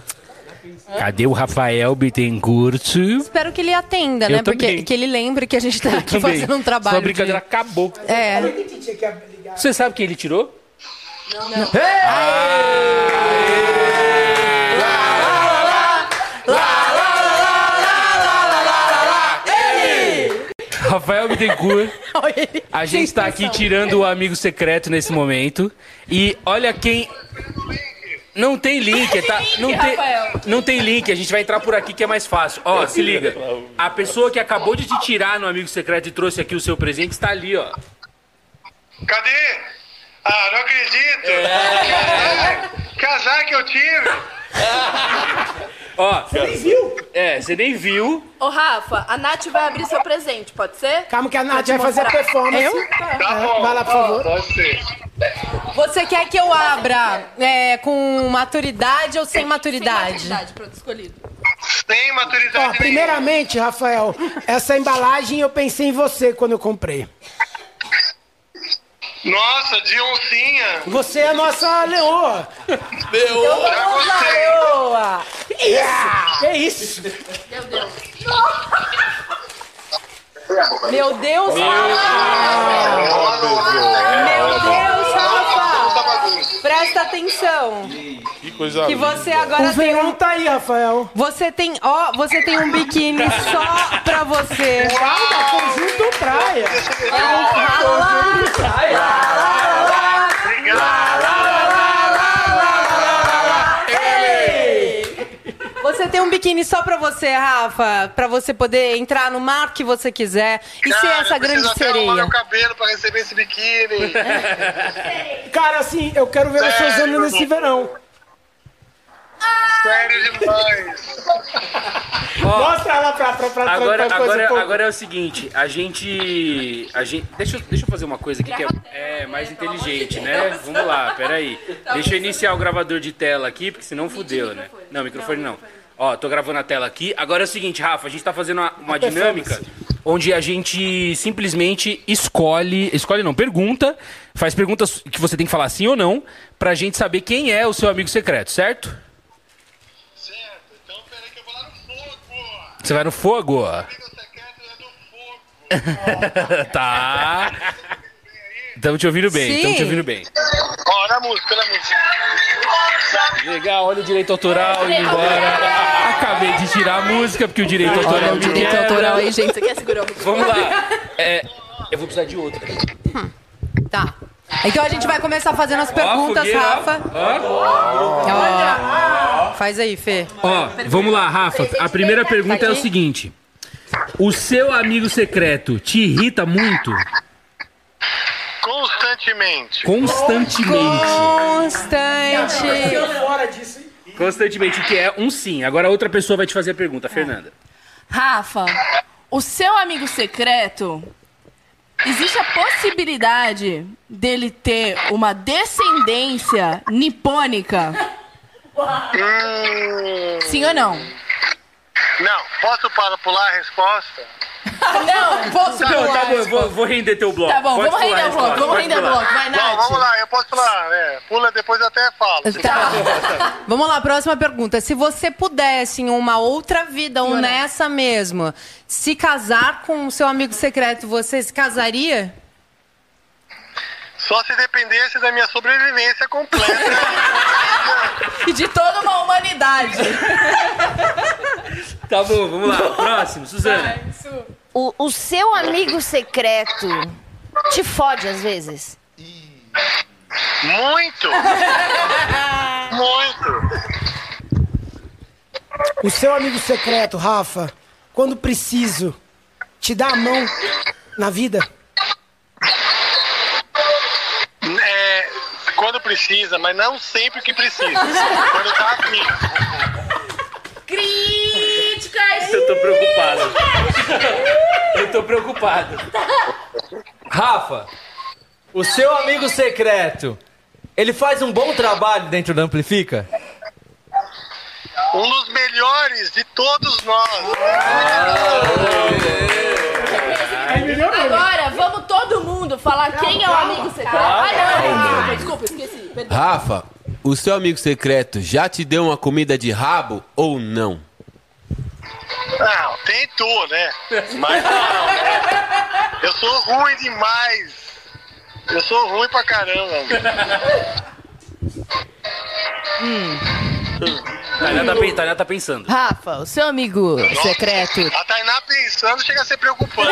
H: Cadê o Rafael Bittencourt?
F: Espero que ele atenda,
H: Eu
F: né? Porque
H: também.
F: que ele lembre que a gente tá aqui
H: Também.
F: fazendo um trabalho.
H: Sua brincadeira
F: de-
H: acabou.
F: É.
H: Você sabe quem ele tirou? Rafael Bittencourt. A gente tá aqui tirando o amigo secreto nesse momento. E olha quem. Não tem link, tá? Não tem, não tem link, a gente vai entrar por aqui que é mais fácil. Ó, se liga. A pessoa que acabou de te tirar no amigo secreto e trouxe aqui o seu presente está ali, ó.
G: Cadê? Ah, não acredito! Casar que eu tive!
H: Ó. Você nem viu? É, você nem viu.
B: Ô, Rafa, a Nath vai abrir seu presente, pode ser?
C: Calma que a
B: Pra
C: Nath
B: te
C: vai fazer a
B: mostrar. Tá.
C: performance.
L: Tá
C: É, Vai lá, por favor.
F: Você quer que eu abra é, com maturidade ou sem maturidade? Sem maturidade,
B: produto escolhido.
G: Sem
C: Ó,
G: maturidade nenhuma.
C: primeiramente, Rafael, essa embalagem eu pensei em você quando eu comprei.
G: Nossa, de oncinha!
C: Você é a nossa leoa.
F: Então
G: Leoa! Já gostei!
C: Leoa! Isso! É isso!
B: Meu Deus.
F: Meu Deus,
L: É,
F: presta atenção.
L: Que coisa
F: Que
L: linda.
F: você agora
C: o
F: tem
C: verão
F: um...
C: tá aí, Rafael.
F: Você tem, ó, você tem um biquíni só pra você. É,
C: Calma, conjunto tá praia.
F: Conjunto praia. Você tem um biquíni só pra você, Rafa, pra você poder entrar no mar que você quiser e ser
G: Cara,
F: essa
G: eu preciso
F: grande
G: até arrumar
F: sereia.
G: meu cabelo pra receber esse biquíni.
C: Cara, assim, eu quero ver você usando nesse verão.
G: Sério demais.
C: Mostra lá pra, pra, pra, pra,
H: Agora,
C: pra coisa.
H: agora,
C: pô.
H: agora é o seguinte, a gente. A gente deixa, eu- deixa eu fazer uma coisa aqui que é, é mais inteligente, né? Vamos lá, peraí. Deixa eu iniciar o gravador de tela aqui, porque senão fudeu, né? Não, microfone não. Ó, tô gravando a tela aqui. Agora é o seguinte, Rafa, a gente tá fazendo uma, uma dinâmica onde a gente simplesmente escolhe. Escolhe não, pergunta. Faz perguntas que você tem que falar sim ou não, pra gente saber quem é o seu amigo secreto, certo? Você vai no fogo? tá. Estamos te ouvindo bem, estamos te ouvindo bem.
G: Ó, na música, na música.
H: Legal, Ah, olha o direito autoral indo embora. Acabei de tirar a música, porque o direito autoral. me
B: Direito
H: quebra.
B: autoral é aí, gente. Você quer segurar o
H: Vamos lá. É, eu vou precisar de outra.
F: Tá. Então a gente vai começar fazendo as perguntas,
H: fogueira, ó.
F: Rafa. Ó, Faz aí, Fê. tá
H: Ó, vamos lá, Rafa. A primeira pergunta é o seguinte: O seu amigo secreto te irrita muito?
G: Constantemente.
H: Constantemente.
F: Constante.
C: fora disso, hein?
H: Constantemente, que é um sim. Agora a outra pessoa vai te fazer a
B: É.
H: pergunta, Fernanda.
B: Rafa, o seu amigo secreto, existe a possibilidade dele ter uma descendência nipônica? Sim ou não?
G: Não, Hum, posso para pular a resposta?
B: Não, posso
H: Não, tá bom, eu vou, vou render teu bloco.
B: Tá bom,
H: Pode
B: vamos
H: pular
B: render
H: a
B: o bloco,
H: resposta,
B: vamos
H: pode
B: render o
H: pular.
B: bloco. Vai,
G: Não,
B: Nath.
G: vamos lá, eu posso pular. É, pula, depois eu até falo.
F: Vamos lá, próxima pergunta. Se você pudesse, em uma outra vida ou nessa mesmo, se casar com o seu amigo secreto, você se casaria?
G: Só se dependesse da minha sobrevivência completa.
B: E de toda uma humanidade.
H: Tá bom, vamos lá. Próximo, Suzana.
K: O, o seu amigo secreto te fode às vezes.
G: Muito! Muito!
C: O seu amigo secreto, Rafa, quando preciso, te dá a mão na vida?
G: É, quando precisa, mas não sempre que precisa. Quando tá afim.
B: Críticas!
H: Eu tô preocupado. Eu tô preocupado.
A: Rafa, o seu amigo secreto, ele faz um bom trabalho dentro do Amplifica?
G: Um dos melhores de todos nós.
B: Agora, vamos todo mundo falar quem é o amigo secreto. Ah, não! Desculpa, esqueci. Perdão.
E: Rafa, o O seu amigo secreto já te deu uma comida de rabo ou não?
G: Não, tentou, né? Mas não, né? Eu sou ruim demais. Eu sou ruim pra caramba.
H: Tainá tá, pen- Tainá tá pensando.
I: Hum. Rafa, o seu amigo secreto.
G: A Tainá pensando chega a ser preocupante.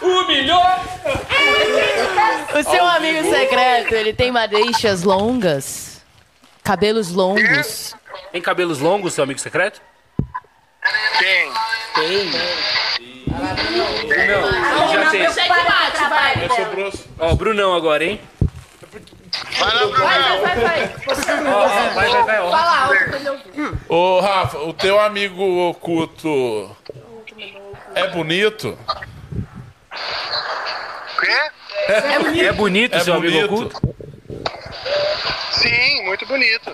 H: Humilhou!
I: O seu amigo secreto, ele tem madeixas longas, cabelos longos.
H: Tem cabelos longos, seu amigo secreto?
G: Tem.
H: Tem.
G: Não,
H: já tem.
G: que bate, vai.
H: Eu sou grosso. Ó, o Brunão agora, hein?
B: Vai, vai.
H: Ó, ó, vai, vai, vai, ó.
B: Fala alto pra ele ouvir.
L: Ô, Rafa, o teu amigo oculto é bonito?
H: É bonito. É bonito, seu amigo
L: oculto?
G: Sim, muito bonito.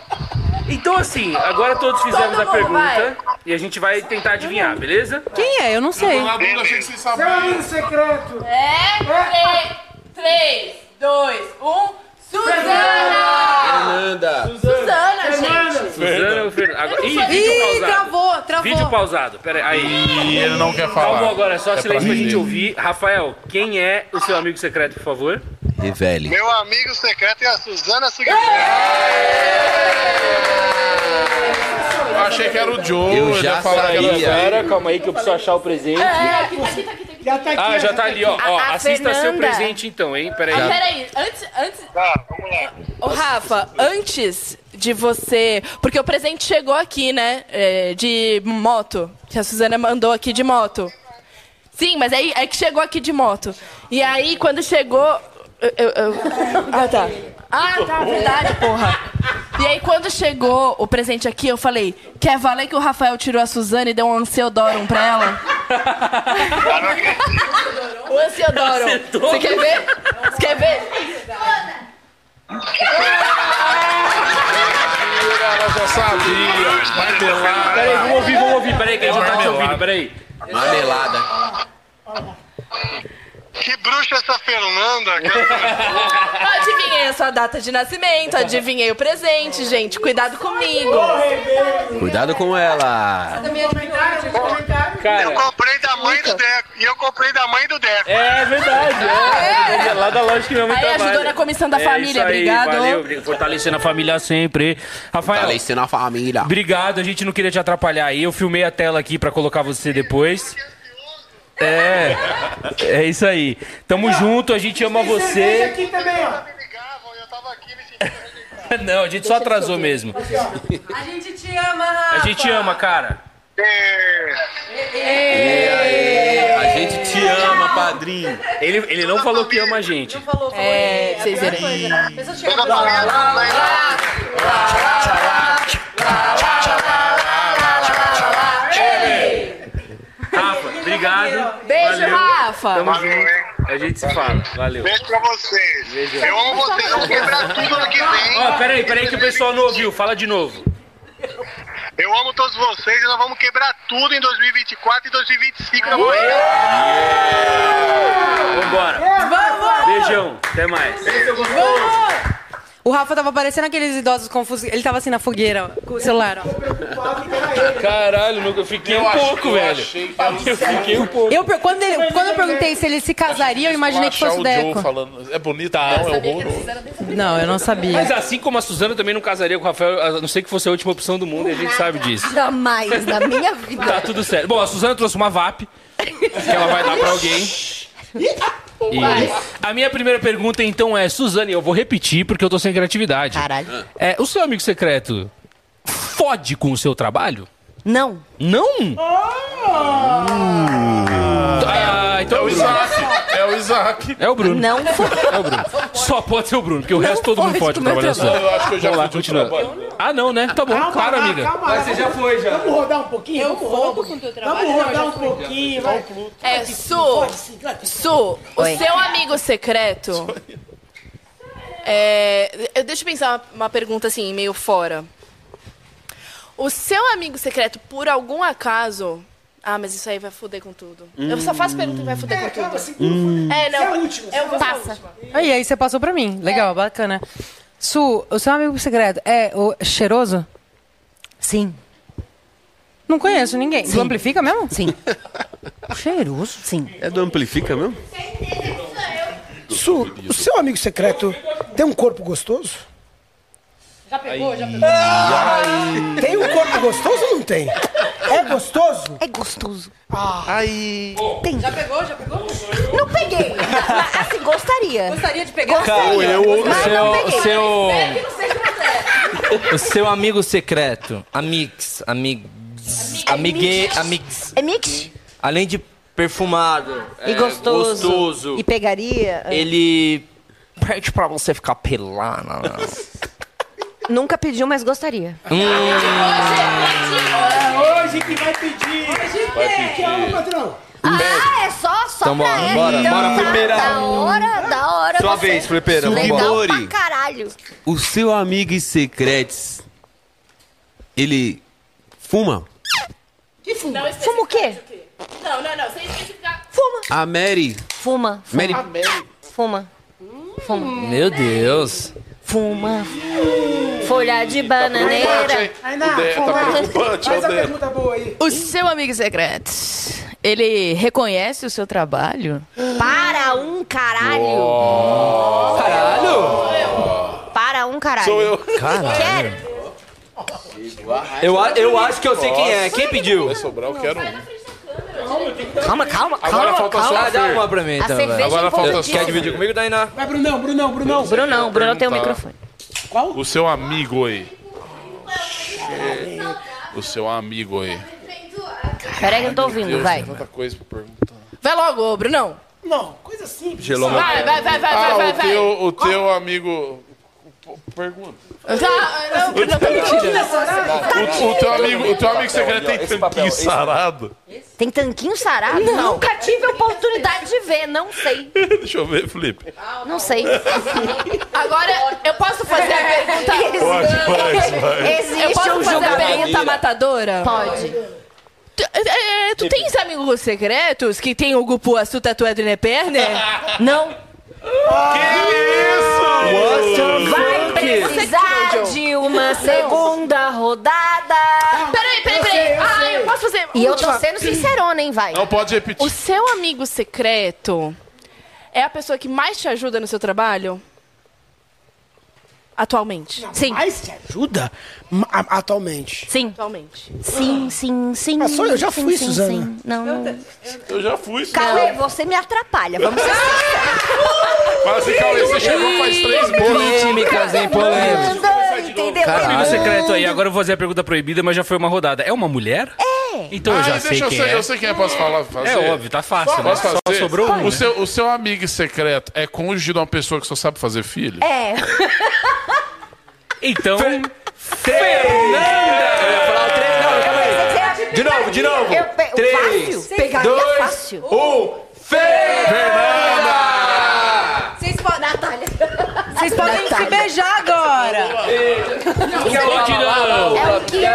H: Então, assim, agora todos fizemos
G: Todo mundo,
H: a pergunta e a gente vai tentar adivinhar, beleza?
F: Quem é? Eu não sei.
C: Seu amigo secreto.
B: É 3, 2, 1. Suzana!
E: Fernanda!
B: Suzana, gente!
H: Suzana ou Fernando? Agora... Ih, vídeo
F: Ih,
H: pausado.
F: travou, travou.
H: Vídeo pausado. Pera aí.
L: Ih, ele não quer falar.
H: Calma agora, só
L: É
H: silêncio pra
L: pra
H: gente
L: mim.
H: ouvir. Rafael, quem é o seu amigo secreto, por favor?
E: Revele.
G: Meu amigo secreto é a Suzana Seguir.
L: Eu achei que era o Joe.
E: Eu
L: ele
E: já
L: ia falar que era o
E: sabia.
L: Zé.
H: Pera, calma aí que eu preciso achar o presente.
C: Já tá
H: Ah, já tá ali, ó.
B: É. A-
H: Ó,
B: a
H: assista seu
B: Fernanda.
H: presente então, hein? Peraí.
B: Ah, peraí, antes. antes... Ô, Rafa, antes de você. Porque o presente chegou aqui, né? é, de moto. Que a Suzana mandou aqui de moto. Sim, mas aí é que chegou aqui de moto. E aí, quando chegou. eu- eu- eu- Ah, tá. Ah, tá, verdade, porra. E aí, quando chegou o presente aqui, eu falei: quer valer que o Rafael tirou a Suzana e deu um Anseodorum pra ela? o Anseodorum.
H: Acertou.
B: Você quer ver? Você quer ver?
L: Ela já sabia. Marmelada.
H: Peraí, vamos ouvir, vamos ouvir. Peraí, que a gente não tá te ouvindo, peraí.
E: Marmelada.
G: Que bruxa essa Fernanda? Que-
B: Adivinhei a sua data de nascimento, adivinhei o presente, gente. Cuidado comigo.
E: Cuidado com ela.
G: Eu comprei da mãe do Deco. E eu comprei da mãe do Deco.
H: É verdade, é. Lá da loja que minha mãe
B: Aí
H: trabalha.
B: ajudou na comissão da
H: É
B: família,
H: isso aí,
B: obrigado.
H: Valeu, obrigado. fortalecendo a família sempre. Rafael.
E: Fortalecendo a família.
H: Obrigado, a gente não queria te atrapalhar aí. Eu filmei a tela aqui pra colocar você depois. É, é isso aí. Tamo junto, a gente ama
C: Cerveja
H: você.
C: aqui também, ó. um
H: Não, a gente só atrasou mesmo.
F: A gente te ama,
H: A
F: Rafa. É.
H: gente ama, cara.
G: É.
E: A gente te ama, padrinho.
H: Ele, ele não falou que ama a gente.
B: É, vocês verem.
G: né?
H: Rafa, obrigado.
B: Beijo,
H: Valeu.
B: Rafa.
H: Tamo junto. A gente se fala. Valeu.
G: Beijo pra vocês. Eu amo vocês. Eu vou quebrar tudo ano que vem.
H: Ó, peraí, peraí que o pessoal não ouviu. Fala de novo.
G: Eu amo todos vocês e nós vamos quebrar tudo em 2024 e né, 2025 na Bahia.
H: Vambora.
F: Vamos!
H: Beijão. Até mais.
F: O Rafa tava parecendo aqueles idosos confusos. Ele tava assim na fogueira, ó, com o celular, ó.
H: Caralho, eu fiquei um pouco, velho. Eu fiquei um pouco.
F: Eu, per- quando, ele- quando eu perguntei se eles se casariam, eu imaginei que
L: Achar
F: fosse o
L: o Joe
F: Deco.
L: falando. É bonito,
H: Tá,
L: não, é horroroso.
F: Não, eu não sabia.
H: Mas assim como a Suzana também não casaria com o Rafael, a não ser que fosse a última opção do mundo, e a gente sabe disso.
I: Jamais na minha vida.
H: Tá tudo certo. Bom, a Suzana trouxe uma VAP, que ela vai dar pra alguém.
K: ah,
H: E a minha primeira pergunta então é, Suzana, e eu vou repetir porque eu tô sem criatividade.
I: Caralho.
H: É, o seu amigo secreto fode com o seu trabalho?
I: Não.
H: Não? Ah, então é o Isaac.
L: É o Isaac.
H: É o Bruno.
I: Não fode.
H: É o Bruno. Só pode ser o Bruno, porque o resto todo mundo pode
L: com o meu
H: trabalhar assim.
L: trabalho. Eu acho que eu já
H: Vamos lá,
L: fudi o
H: continua. Ah, não, né? Tá bom, claro,
C: lá,
H: amiga.
C: calma lá, vamos-
F: Tá
C: Vamos rodar um pouquinho?
F: Eu
C: vamos rodar um
F: fodo
C: pouquinho.
F: com teu trabalho.
C: Vamos
F: Não,
C: rodar
F: já
C: um pouquinho, vai.
B: É, Su, Su, o
I: Oi.
B: seu amigo secreto. É, eu- deixa eu pensar uma, uma pergunta assim, meio fora. O seu amigo secreto, por algum acaso. Ah, mas isso aí vai fuder com tudo. Eu só faço pergunta que vai fuder com tudo.
C: Segura,
B: É, não.
C: é a última,
B: eu vou
C: passa.
B: Passa.
D: É.
F: Aí, aí você passou pra mim. Legal, bacana. Su, o seu amigo secreto é o cheiroso? Sim. Não conheço ninguém. Do Amplifica mesmo?
D: Sim. Cheiroso? Sim.
E: É do Amplifica mesmo?
C: Su, o seu amigo secreto tem um corpo gostoso?
B: Já pegou, já pegou.
C: Tem um corpo gostoso ou não tem? É gostoso?
D: É gostoso.
C: Ai.
D: Tem. Já pegou? Já pegou? Não peguei. Mas, assim, gostaria. Gostaria de pegar?
N: Ou eu ou
D: Mas não peguei.
A: seu, seu,
D: Não sei se você-
A: o seu amigo secreto, amix, amigz, amigue, amix.
D: É mix?
A: Além de perfumado,
D: E
A: é,
D: gostoso.
A: gostoso,
D: E pegaria?
A: ele pede pra você ficar pelada.
D: Nunca pediu, mas gostaria.
A: Hum,
C: É hoje que vai pedir.
A: Vai
C: Que é o patrão.
K: Ah, é só, só
A: Então
K: pra
A: bora,
K: ela.
A: bora,
K: então,
A: bora,
K: tá,
A: primeira.
K: Da hora, da hora.
A: Sua
K: você.
A: vez, Flipeira,
K: Legal
E: vambora.
K: pra caralho.
E: O seu amigo secretos, ele fuma?
B: Que fuma? Não, especifica
D: Fuma o quê?
B: Não, não, não. Sem especificar.
E: A Mary.
D: Fuma.
E: Mary.
D: Fuma.
B: Hum.
D: Fuma.
A: Meu Deus.
D: Fuma.
K: Folha de bananeira.
D: Ah,
C: Ah,
I: tá é
C: Faz a pergunta boa aí.
I: O seu amigo secreto, ele reconhece o seu trabalho?
K: Para um caralho. Caralho? Para um caralho.
I: Sou eu.
A: Caralho.
K: Quero.
A: Eu, a- eu acho que eu sei quem é. Quem pediu?
L: Vai sobrar, eu quero um.
D: Calma, calma,
L: Agora
D: calma.
L: falta só
D: calma.
L: a
A: Ah, dá
L: Fer.
A: uma pra mim,
L: A
A: então.
L: cerveja
A: vai.
L: Agora é falta importantíssima.
A: Quer dividir comigo, Dainá?
C: Vai, Brunão, Brunão, Brunão.
K: Brunão, Brunão tem o microfone.
C: Qual?
L: O seu amigo aí. O seu amigo aí.
K: Peraí que eu não tô ouvindo,
L: Deus,
K: vai.
L: tem tanta coisa pra perguntar.
B: Vai logo, Brunão.
C: Não, coisa simples.
L: Gelou
B: meu Vai, vai, vai, vai,
L: ah,
B: vai,
L: o
B: vai.
L: teu, o teu amigo... Pergunta.
B: Tá, não, Brunão tá
L: O, o teu amigo, o teu amigo secreto é tem tanquinho sarado.
K: Tem tanquinho sarado?
L: Não.
K: Nunca tive oportunidade de ver, não sei.
L: Deixa eu ver, Felipe.
K: Não sei.
B: Agora, eu posso fazer a pergunta...
L: Pode, pode, pode.
K: Existe
B: eu posso
K: um
B: fazer a
K: julgamento.
B: pergunta matadora?
K: Pode.
B: Tu, é, é, tu tens amigos secretos que tem o grupo é Açu tatuado na perna?
K: Não. Vai precisar de uma segunda rodada.
B: Peraí, peraí, peraí. Ah, eu posso fazer
K: E eu tô
B: última?
K: sendo sincerona, hein, vai.
L: Não pode repetir.
B: O seu amigo secreto é a pessoa que mais te ajuda no seu trabalho? Atualmente.
K: Sim.
C: Mas te ajuda ma- a- atualmente.
K: Sim.
B: Atualmente.
K: Sim, sim, sim.
C: Ah, sou eu, já fui, Suzana.
K: Não, não.
L: Eu já fui.
K: Cauê, você me atrapalha. Vamos ser
L: Mas assim, Cauê, você chegou faz três meses.
A: Polêmicas, hein? Polêmicas.
K: sinceros, entendeu?
H: Amigo um secreto aí, agora eu vou fazer a pergunta proibida, mas já foi uma rodada. É uma mulher? É. Então eu
L: Ah,
H: já sei
L: deixa eu
H: quem
L: ser-
H: é.
L: eu sei quem é, posso falar? fazer?
H: É óbvio, tá fácil, né?
L: Posso
H: Só
L: fazer? Tá.
H: sobrou um, né?
L: o, seu, o seu amigo secreto é cônjuge de uma pessoa que só sabe fazer filho?
K: É.
H: Então,
A: De novo, de novo.
K: Eu pe-
D: É.
A: Três,
K: fácil?
B: é
K: Pegaria
A: dois,
K: fácil.
A: um. Fernanda!
K: Vocês podem. Natália.
F: Vocês podem se beijar agora.
K: É o kit.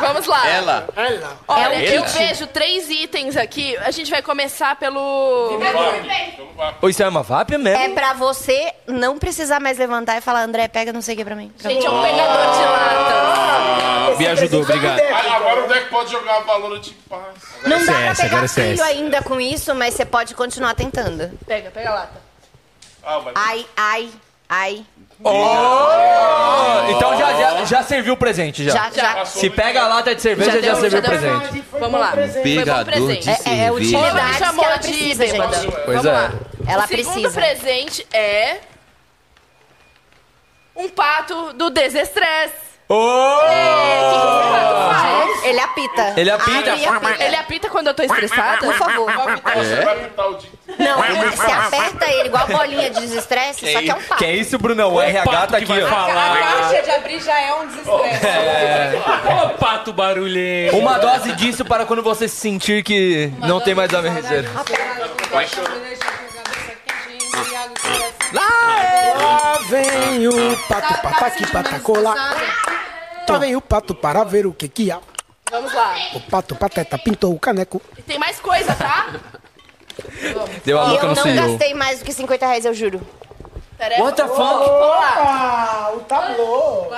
B: Vamos lá.
E: Ela.
B: Olha,
E: Ela. é
B: eu
E: Ela.
B: vejo três itens aqui. A gente vai começar pelo.
A: Ô, Isso é uma VAP
K: É
A: mesmo?
K: pra você não precisar mais levantar e falar, André, pega não sei o que pra mim. Ah.
B: Gente, é um pegador de latas.
H: me ajudou, obrigado.
L: Ah, agora o deck pode jogar valor de paz.
K: Não dá pra
H: CS, agora
K: pegar
H: é CS.
K: filho ainda com isso, mas você pode continuar tentando.
B: Pega, pega a lata.
L: Ah, vai.
K: Ai, ai, ai.
A: Oh! Então já, já, já serviu o presente, já.
K: Já, já.
H: né?
A: Se pega a lata de cerveja, já,
B: deu-
A: serviu o
B: já deu-
A: presente.
B: Vamos lá.
E: Pegador
B: Foi bom presente.
E: de
K: É, é
E: cerveja.
B: Ela me
K: utilidade que
B: chamou
K: ela
B: de
K: precisa,
B: bêbada.
K: gente.
A: Pois
B: Vamos
A: é.
B: lá.
K: Ela
B: o segundo
K: precisa.
B: presente é. Um pato do desestresse.
A: Oh!
K: Ele apita.
A: Ele apita.
K: Abre e
B: Ele apita quando eu tô estressada?
K: Por favor.
L: Você vai apitar o dia.
K: Não, ele se aperta ele igual bolinha de desestresse, só que é um pato.
A: Que é isso, Brunão? O RH
H: pato
A: tá
H: que
A: aqui,
H: vai
A: ó.
H: falar. É.
F: caixa de abrir já é um desestresse.
H: Ô, pato barulhento.
A: Uma dose disso para quando você sentir que não tem mais a receita.
C: Lá vem o pato papaqui patacolá. Lá vem o pato para ver o que que há.
B: Vamos lá.
C: O pato pateta pintou o caneco.
B: E tem mais coisa, tá?
A: Deu a
K: E
A: louca
K: eu
A: no
K: não
A: senhor.
K: gastei mais do que 50 reais, eu juro.
B: Tarefa.
K: What the
B: Opa,
K: fuck?
B: vamos lá.
C: o
F: Tá
C: tablô.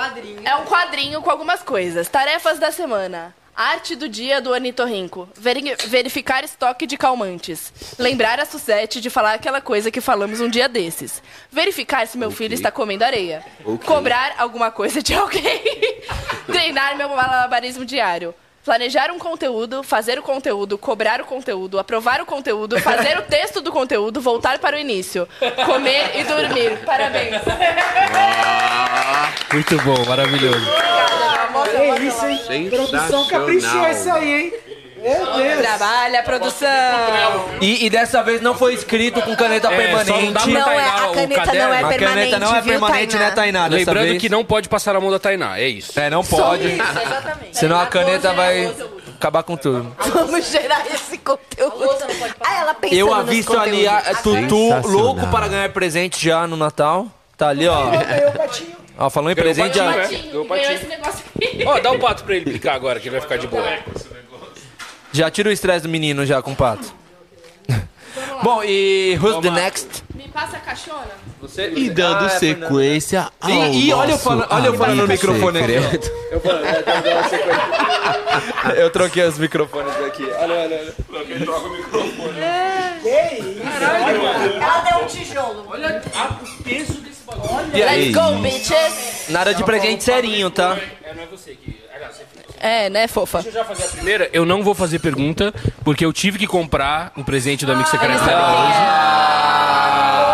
B: É um quadrinho com algumas coisas. Tarefas da semana. Arte do dia do ornitorrinco. Veri- Verificar estoque de calmantes. Lembrar a Suzette de falar aquela coisa que falamos um dia desses. Verificar se meu filho está comendo areia.
I: Ok.
B: Cobrar alguma coisa de alguém. Treinar meu malabarismo diário. Planejar um conteúdo, fazer o conteúdo, cobrar o conteúdo, aprovar o conteúdo, fazer o texto do conteúdo, voltar para o início. Comer e dormir. Parabéns.
H: Muito bom, maravilhoso.
C: É isso, hein? Produção caprichou isso aí, hein? Meu Deus.
O: Trabalha, produção. E, e dessa vez não foi escrito com caneta
H: É, só
O: permanente.
H: não dá pra Não, é, a Tainá o caneta caderno. não é
O: A caneta não é
H: permanente, viu,
O: permanente,
H: Tainá?
O: né, Tainá? Dessa
H: Lembrando
O: vez.
H: que não pode passar a mão da Tainá, é isso.
A: É, não pode. Senão a caneta vai acabar com tudo.
F: Tá
O: Vamos gerar esse conteúdo.
K: Ah, ela pensando
A: Eu
K: nos
A: avisto ali a, a Tutu,
E: Sensacional.
A: louco para ganhar presente já no Natal. Tá ali, ó. Ó, falou em
H: Ganhou
A: presente
H: patinho,
A: já.
H: né? Ganhou patinho.
B: negócio
H: Ó, dá um pato pra ele picar agora, que ele vai ficar de boa.
A: Já tira o estresse do menino já com o pato. Bom, e who's the next?
B: Me passa a caixona.
E: E dando
A: Ah, é,
E: sequência ao
A: E, e olha eu
E: nosso
A: falando, olha eu falando no
E: amigo
A: microfone ali.
E: secreto.
A: Eu troquei os microfones aqui. Olha, olha, olha.
F: É.
O: Ela deu um tijolo.
H: Olha o peso desse bagulho.
A: E aí?
B: Let's go, bitches.
A: Nada de presente serinho, tá?
H: É, não é você que. Aliás, você fica.
B: É, né, fofa?
H: Deixa eu já fazer a primeira. Eu não vou fazer pergunta, porque eu tive que comprar um presente do amigo secreto
O: Ah,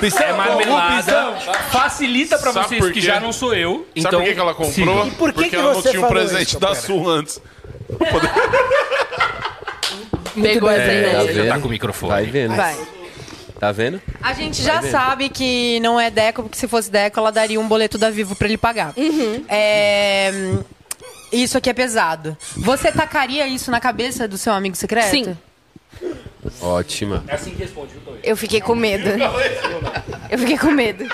H: hoje. é marmelada. Facilita pra
L: Sabe
H: vocês
L: por
H: que
L: quê?
H: já não sou eu.
L: Sabe
H: então,
L: por que que ela comprou?
H: sigam.
L: E por que Porque que ela não você tinha um falou presente isso, da pera? Su antes.
B: Pegou essa
E: É,
B: ideia.
E: tá
H: Já tá
E: vendo?
H: com o microfone.
E: Vai vendo.
F: Vai.
E: Tá vendo?
F: A gente
E: Vai
F: já
E: vendo.
F: sabe que não é Deco, porque se fosse Deco, ela daria um boleto da Vivo pra ele pagar. É, Isso aqui é pesado. Você tacaria isso na cabeça do seu amigo secreto? Sim.
E: Ótima.
H: É assim que responde, viu, Toy?
K: Eu fiquei com medo. Eu fiquei com medo.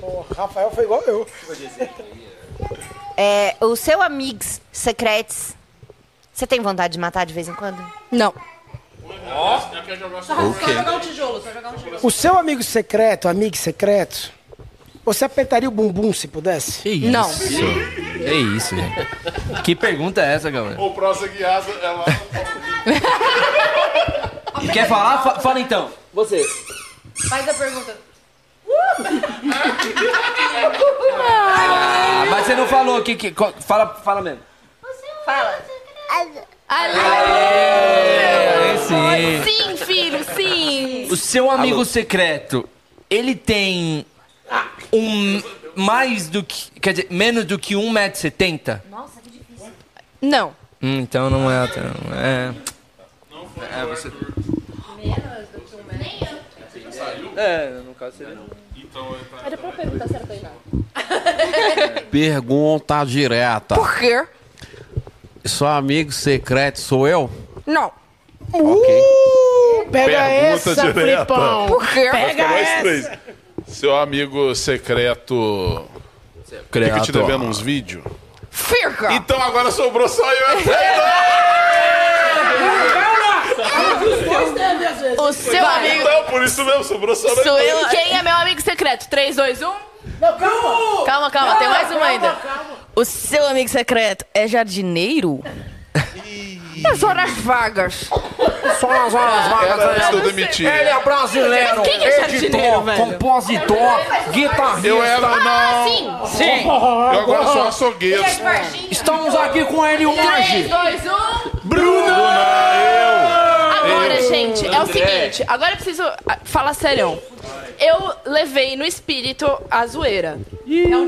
C: O Rafael foi igual eu.
K: É, o seu amigos secretos, você tem vontade de matar de vez em quando?
B: Não.
H: Ó.
C: Ok.
F: jogar um tijolo, só jogar um tijolo.
C: O seu amigo secreto, amigo secreto, você apertaria o bumbum se pudesse?
B: Não.
A: É isso, gente. Que pergunta é essa, galera?
L: O próximo guiado, ela...
A: Quer falar? Fa- fala então. Você.
F: Faz a pergunta.
A: Ah, mas você não falou. Que, que, qual- fala, fala mesmo.
K: Fala.
A: Sim.
B: Sim, filho, sim.
A: O seu amigo secreto, ele tem um mais do que. Quer dizer, menos do que 1,70m?
K: Nossa, que difícil.
B: Não.
A: Hum, então não é. não É. É, você. É, no caso seria.
B: Era pra perguntar se era Tainá.
E: Pergunta direta.
B: Por quê?
E: Seu amigo secreto sou eu?
B: Não.
C: Uh, pega
L: Pergunta
C: essa,
L: direta.
C: flipão.
B: Por quê?
C: Pega essa.
L: Seu amigo secreto... Fica te devendo uns vídeos?
B: Fica!
L: Então agora sobrou só eu. e a
B: O seu
L: Vai.
B: amigo.
L: Então, por isso mesmo, sobrou só
B: Sou eu. Quem é meu amigo secreto? um? 3, 2, 1.
C: Não, calma.
I: Calma, calma, tem mais uma ainda. O seu amigo secreto é jardineiro?
B: É horas vagas.
O: Só nas horas vagas.
L: Era antes de eu
O: né?
L: demitir.
O: Ele é brasileiro,
B: Quem é jardineiro,
O: editor,
B: velho?
O: compositor, guitarrista.
L: Eu era, não.
B: Sim.
O: Sim.
L: Eu agora sou açougueiro.
B: é
O: Estamos aqui com ele
B: 3,
O: hoje.
B: 2, 1. Agora, gente, é o seguinte. Agora eu preciso ah, falar sério. Eu levei no espírito a zoeira.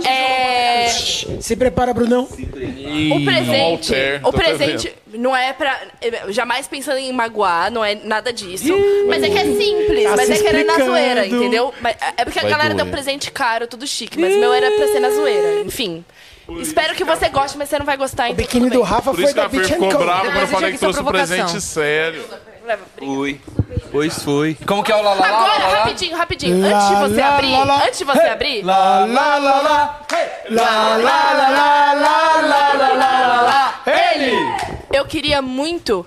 B: É.
C: Se prepara, Brunão.
B: O presente,
C: Walter,
B: o
C: tô
B: presente não é pra. eu Jamais pensando em magoar, não é nada disso. mas é que é simples,
C: Tá
B: mas
C: se
B: é que era na
C: explicando.
B: zoeira, entendeu? Mas- É porque
C: Vai
B: a galera
C: doer.
B: deu um presente caro, tudo chique, mas o meu era pra ser na zoeira, enfim. Espero que você goste, mas você não vai gostar, então. O biquíni
C: do Rafa
L: Por isso que a Fer ficou brava quando eu falei que trouxe um presente
B: presentes.
L: sério.
E: Fui. Pois foi.
A: Como que é o lá, lá, lá, lá,
B: Agora,
A: lá?
B: rapidinho, rapidinho. Antes de você
A: Lá,
B: abrir,
A: lá, lá.
B: antes de você abrir.
A: Lá, lá, lá, lá. Lá, lá, lá, lá, lá, lá, lá, lá, lá. Ei!
B: Daniele! Eu queria muito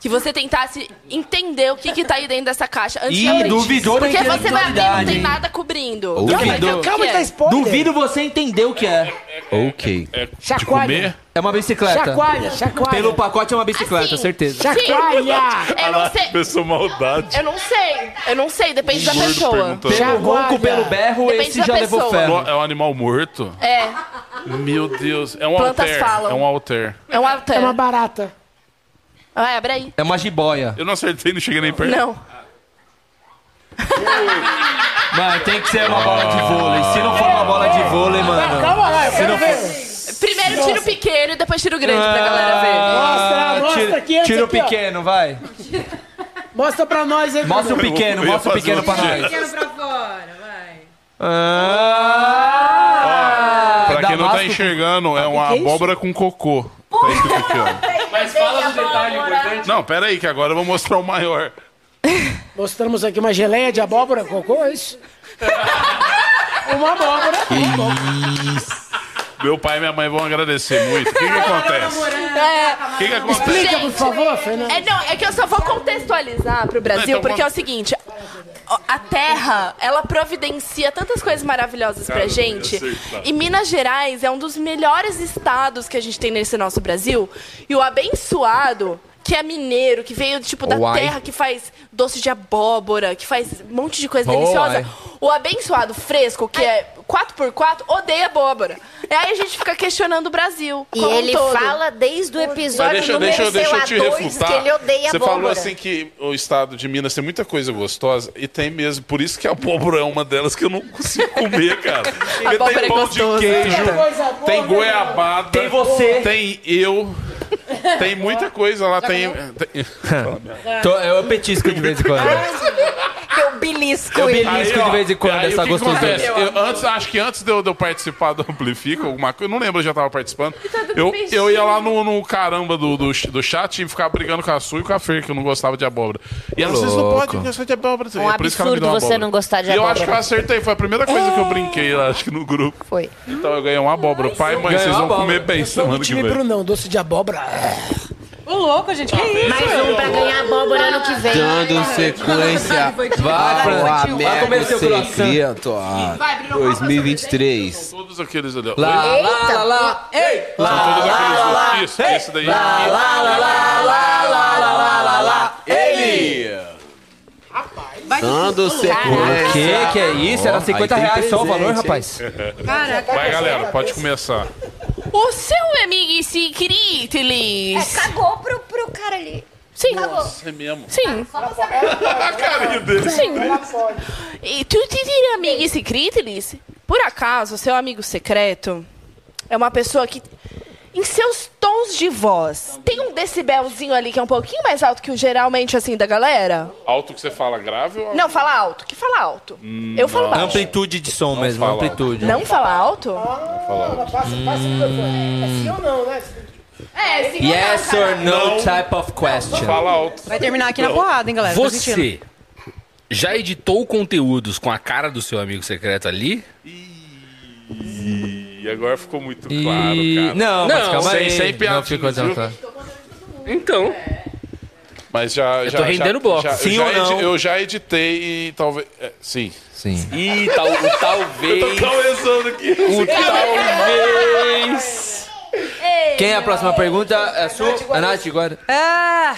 B: que você tentasse entender o que, que tá aí dentro dessa caixa antes
O: Ih,
B: de abrir.
O: duvidou da
B: Porque você vai abrir e não
O: individualidade,
B: tem
O: hein?
B: nada cobrindo.
O: Duvido.
B: Vai ver o que
O: tá
B: é.
O: Duvido você entender o que é.
E: Ok.
O: De comer? É uma bicicleta.
B: Chacoalha, chacoalha.
O: Pelo pacote é uma bicicleta, certeza.
B: Assim, sim. É Chacoalha! Eu não sei.
O: Pessoa maldade.
B: Eu não sei, eu não sei, depende da pessoa.
O: Pelo ronco, pelo berro,
B: Depende
O: esse
B: da
O: já levou
B: pessoa.
O: ferro.
L: É um animal morto?
B: É,
L: Meu Deus. É um
B: Plantas
L: alter.
B: falam.
L: É um alter.
B: é um alter. É uma
C: barata.
B: Ah, abre aí.
L: É uma jiboia. Eu não acertei, não cheguei nem perto.
B: Não.
O: Mano, tem que ser uma bola de vôlei. Se não for uma bola de vôlei,
L: Ah.
O: mano.
B: Calma lá, eu
O: Se
B: quero
O: não for-
B: Primeiro tiro pequeno e depois tiro grande pra galera
O: Ah,
B: ver.
O: tira-
C: mostra aqui antes
O: Tira o
C: aqui, ó.
O: pequeno, vai.
C: Mostra pra nós aí.
O: Mostra o pequeno, mostra o pequeno pra nós.
H: Ah!
L: Pra quem não tá
O: Damasco-
L: enxergando, é
O: que
L: uma
O: que é isso?
L: abóbora com cocô. Tá escrito aqui, ó.
H: Mas fala do detalhe importante.
L: Não, pera aí, que agora eu vou mostrar o maior.
C: Mostramos aqui uma geleia de abóbora, cocô, é isso? uma abóbora.
L: Meu pai e minha mãe vão agradecer muito. O que, que
B: tá
L: acontece?
B: É.
L: O que, que acontece?
C: Explica, por favor, Fernanda.
B: É, não, é que eu só vou contextualizar pro Brasil,
L: Então,
B: porque
L: vamos-
B: é o seguinte. a- A Terra, ela providencia tantas coisas maravilhosas pra
I: Cara,
B: gente.
I: eu sei, tá.
B: E Minas Gerais é um dos melhores estados que a gente tem nesse nosso Brasil. E o abençoado, que é mineiro, que veio tipo da
I: Uai.
B: terra, que faz doce de abóbora, que faz um monte de coisa
I: Uai.
B: deliciosa. O abençoado fresco, que é 4x4, odeia abóbora. E aí a gente fica questionando o Brasil.
K: E
B: como um
K: ele
B: todo.
K: fala desde o
L: Mas
K: episódio
L: deixa,
K: número
L: deixa, eu- deixa eu te
K: sei lá, dois,
L: refutar.
K: que ele odeia
L: Você
K: abóbora.
L: falou assim que o estado de Minas tem muita coisa gostosa e tem mesmo. Por isso que a abóbora é uma delas que eu não consigo comer, cara. Porque
K: abóbora é
L: tem pão
K: gostoso,
L: de queijo,
K: cara. Coisa boa,
L: tem
K: né?
L: goiabada, tem
O: você.
L: tem eu, tem muita coisa lá. Tem, tem-
O: Tô- eu petisco de vez em quando.
K: Eu belisco
O: Eu
K: ele.
O: belisco de vez em quando
L: Aí, o
O: essa
L: que que
O: gostosinha.
L: acontece? Eu, antes, acho que antes de eu, de eu participar do Amplifica, alguma coisa, eu não lembro, eu já tava participando.
O: tá
L: Eu, eu ia lá no, no caramba do, do, do chat e ficava brigando com a Su e com a Fer, que eu não gostava de abóbora. E ela, vocês não
G: Louco.
L: podem gostar de abóbora.
K: Um
L: é por isso que ela me
K: absurdo
L: deu uma
K: você
L: abóbora.
K: não gostar de
L: E eu
K: abóbora.
L: acho que eu acertei, foi a primeira coisa que eu brinquei lá, acho que no grupo.
K: Foi.
L: Então eu ganhei uma abóbora. Pai e mãe,
C: Ganhou
L: vocês
C: uma
L: vão
C: abóbora.
L: comer bem
C: Eu sou
L: semana
C: do
L: que
C: time
L: vem.
C: Brunão, doce de abóbora.
F: Ô, louco, gente, que isso?
K: Mais um pra ganhar abóbora ano que vem.
E: Dando sequência.
K: Foi
E: Vai,
K: de
E: Fran.
K: boa.
E: Vai,
K: Vai
E: comer
K: comer
E: seu
K: seu
E: croissant.
K: croissant.
E: Secreto, ah, 2023.
L: Todos aqueles ali. ó.
E: Lá,
L: Oi?
E: lá,
K: lá, lá. Ei!
L: São todos aqueles ali. Isso, esse daí.
E: Ele! Dando
O: O que que é isso? Era
L: Ó,
O: 50
L: aí tem
O: reais só o valor,
L: presente,
O: rapaz?
B: Caraca.
L: Vai, galera, pode começar.
B: O seu amigo se Critilis. É, cagou Tá, pro, pro cara ali. Sim.
L: É mesmo.
B: Sim.
L: A carinha dele.
B: Sim. E tu te diria amigo se Critilis? Por acaso, seu amigo secreto é uma pessoa que, em seus tons de voz, tem um decibelzinho ali que é um pouquinho mais alto que o geralmente, assim, da galera?
L: Alto que você fala grave ou
B: Não, fala alto. Que fala alto? eu falo baixo.
O: Amplitude de som mesmo, amplitude.
B: Não fala alto?
C: Passa, passa o
A: Ah,
C: microfone. É sim ou não, né?
B: É, sim.
O: Yes or no type of question.
L: Fala alto.
F: Vai terminar aqui na porrada, hein, galera? Tô sentindo.
H: Você já editou conteúdos com a cara do seu amigo secreto ali?
L: E agora ficou muito claro, cara.
H: Não, mas calma
L: sem,
H: aí.
L: Sem
H: Não
L: piadinhas,
H: ficou tão
L: viu?
H: claro. Então.
L: Mas já...
H: Eu
L: já,
H: tô rendendo
L: já,
H: bloco.
L: já- eu
H: Sim
L: já
H: ou não?
L: Eu já editei e talvez... é, sim.
O: Sim.
H: Ih, tal, o talvez.
L: Eu tô calmezando aqui.
O: O talvez. Quem é a próxima pergunta? É a sua? A Nath agora.
F: Ah,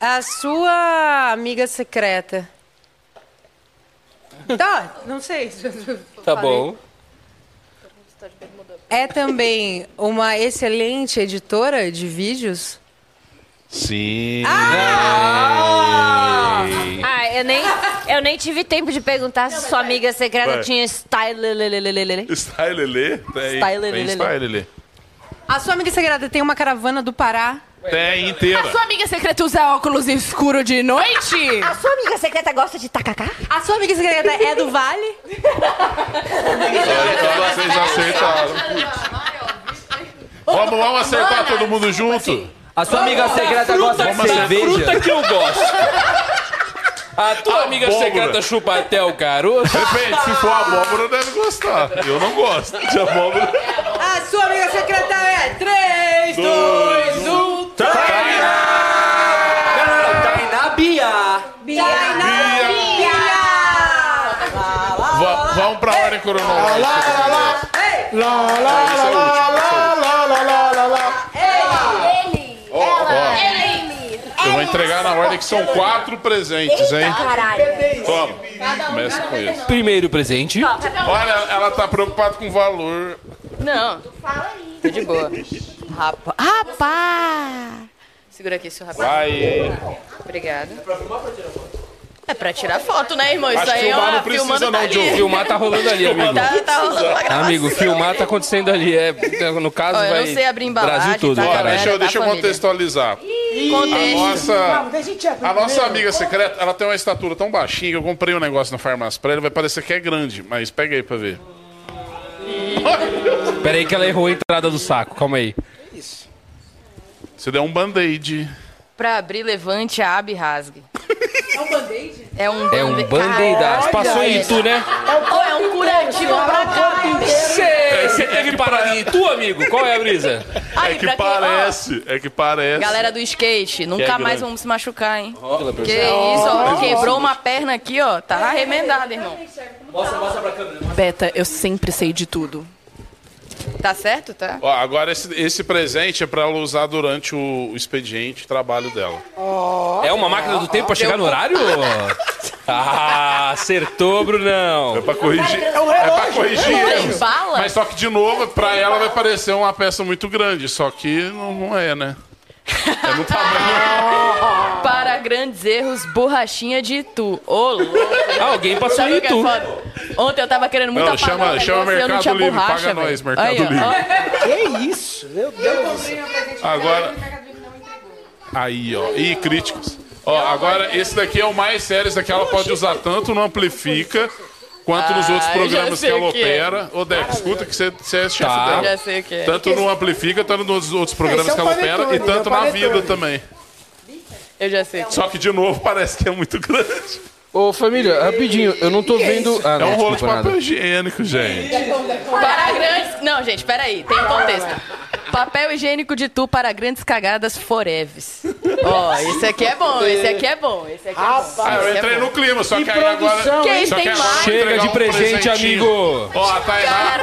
F: a sua amiga secreta. Tá, não sei.
H: Tá bom.
F: É também uma excelente editora de vídeos?
L: Sim.
K: Ah, eu nem, eu nem tive tempo de perguntar se sua amiga secreta
L: Vai.
K: tinha style. lelelelelele.
L: Style Lelê? Tem,
K: Style
L: tem
K: Lelê.
L: Style Lelê.
F: A sua amiga secreta tem uma caravana do Pará?
L: Tem inteira.
B: A sua amiga secreta usa óculos escuro de noite?
K: A sua amiga secreta gosta de tacacá?
F: A sua amiga secreta é do Vale?
L: Então vocês acertaram. Vamos, vamos acertar todo mundo junto.
O: A sua amiga secreta gosta de
L: Vamos acertar.
O: cerveja?
H: Puta que eu gosto. A tua amiga
L: Abóbora.
H: secreta chupa até o garoto.
L: Depende, se for abóbora, deve gostar. Eu não gosto de abóbora.
F: A sua amiga secreta é 3,
O: dois, um. Tainá!
P: Tainá Bia. Bia.
L: Va- Vamos pra ordem cronológica. Eu vou entregar na ordem que são quatro presentes, hein? Toma, começa com
I: um
L: isso.
H: Primeiro presente.
L: Olha, ela tá preocupada com o valor.
I: Não. Tá de boa. Rapa. Rapá! Segura aqui, seu rapaz.
L: Vai.
I: Obrigada. É pra tirar foto, né, irmão? Isso
H: Acho que
I: aí é
H: filmar
I: uma
H: não precisa
I: filmando
H: não,
I: tá
H: Diogo.
I: ali.
H: Filmar tá rolando ali, amigo.
I: Tá, tá rolando a gravação.
H: Amigo, filmar tá acontecendo ali. É, no caso,
I: Ó, eu
H: vai.
I: não sei abrir embalagem,
H: Brasil todo,
I: tá,
H: cara.
I: galera?
L: Deixa eu,
I: da
L: deixa eu
I: família.
L: contextualizar. A
I: Contexto.
L: nossa, a nossa
C: primeiro.
L: amiga secreta, ela tem uma estatura tão baixinha que eu comprei um negócio na farmácia pra ela, vai parecer que é grande, mas pega aí pra ver.
H: Peraí que ela errou a entrada do saco, calma aí.
L: Você deu um band-aid.
I: Pra abrir, levante, abre e rasgue. É um band-aid? É um
H: É um band-aid. Passou em tu, né?
I: Ou é um curativo pra cá.
H: É, Você teve parada em tu, amigo? Qual é a brisa?
I: Ai,
L: é que
I: pra quem-
L: parece, é que parece.
I: Galera do skate,
L: Que
I: nunca
L: é
I: mais
L: grande.
I: vamos se machucar, hein?
L: pessoal.
I: Que isso, ó.
L: Ó.
I: Quebrou uma perna aqui, ó. Tá arremendada, irmão.
O: Mostra, mostra pra câmera.
I: Beta, eu sempre sei de tudo. Tá certo, tá?
L: Ó, agora esse, esse presente é pra ela usar durante o, o expediente, o trabalho dela.
H: É uma máquina do tempo pra chegar no horário? Ah, acertou, Brunão. É
L: pra corrigir.
H: É
L: É pra corrigir erros.
I: Bala.
L: Mas só que, de novo, pra ela vai parecer uma peça muito grande. Só que não, não é, né? É no tamanho.
I: Para grandes erros, borrachinha de tu. Ô, louco.
H: Alguém passou
I: Sabe
H: em
I: o que é
H: tu.
I: foda? Ontem eu tava querendo muito
L: Não,
I: apagar
L: chama-
I: o negócio
L: chama
I: e eu não
L: Mercado
I: tinha
L: Livre,
I: borracha,
L: paga
I: velho.
L: nós, Mercado
I: Aí, ó,
L: Livre.
I: ó.
C: Que isso, meu Deus.
L: Agora. Aí, ó. Ih, críticos. Ó, agora, esse daqui é o mais sério. Esse daqui ela pode usar tanto no Amplifica quanto nos
I: Ah,
L: outros
I: eu já
L: programas que
I: sei
L: ela
I: o que é.
L: opera. Ô, Deco, escuta que você você é chefe
I: Tá.
L: dela.
I: Eu já sei o que é.
L: Tanto no Amplifica, tanto nos outros programas
I: Esse é um
L: que ela opera e
I: panetone,
L: tanto
I: é um
L: na vida
I: panetone.
L: também.
I: Eu já sei.
L: Só que, de novo, parece que é muito grande.
A: Ô, família, rapidinho, eu não tô vendo. Ah,
L: é um
A: não,
L: rolo de
A: desculpa,
L: papel
A: nada.
L: higiênico, gente.
I: Para grandes. Não, gente, peraí, tem um contexto. Papel higiênico de tu para grandes cagadas foreves. Ó, esse aqui é bom, esse aqui é bom, esse aqui é bom.
L: Ah, eu
I: esse
L: entrei
I: é bom.
L: no clima, só que,
I: Que
L: aí agora.
I: produção, Que hein? isso,
L: só que
I: tem
L: agora eu vou
I: mais?
L: entregar
H: Chega de
L: um
H: presente,
L: presentinho.
H: amigo.
L: Ó, a Tainá.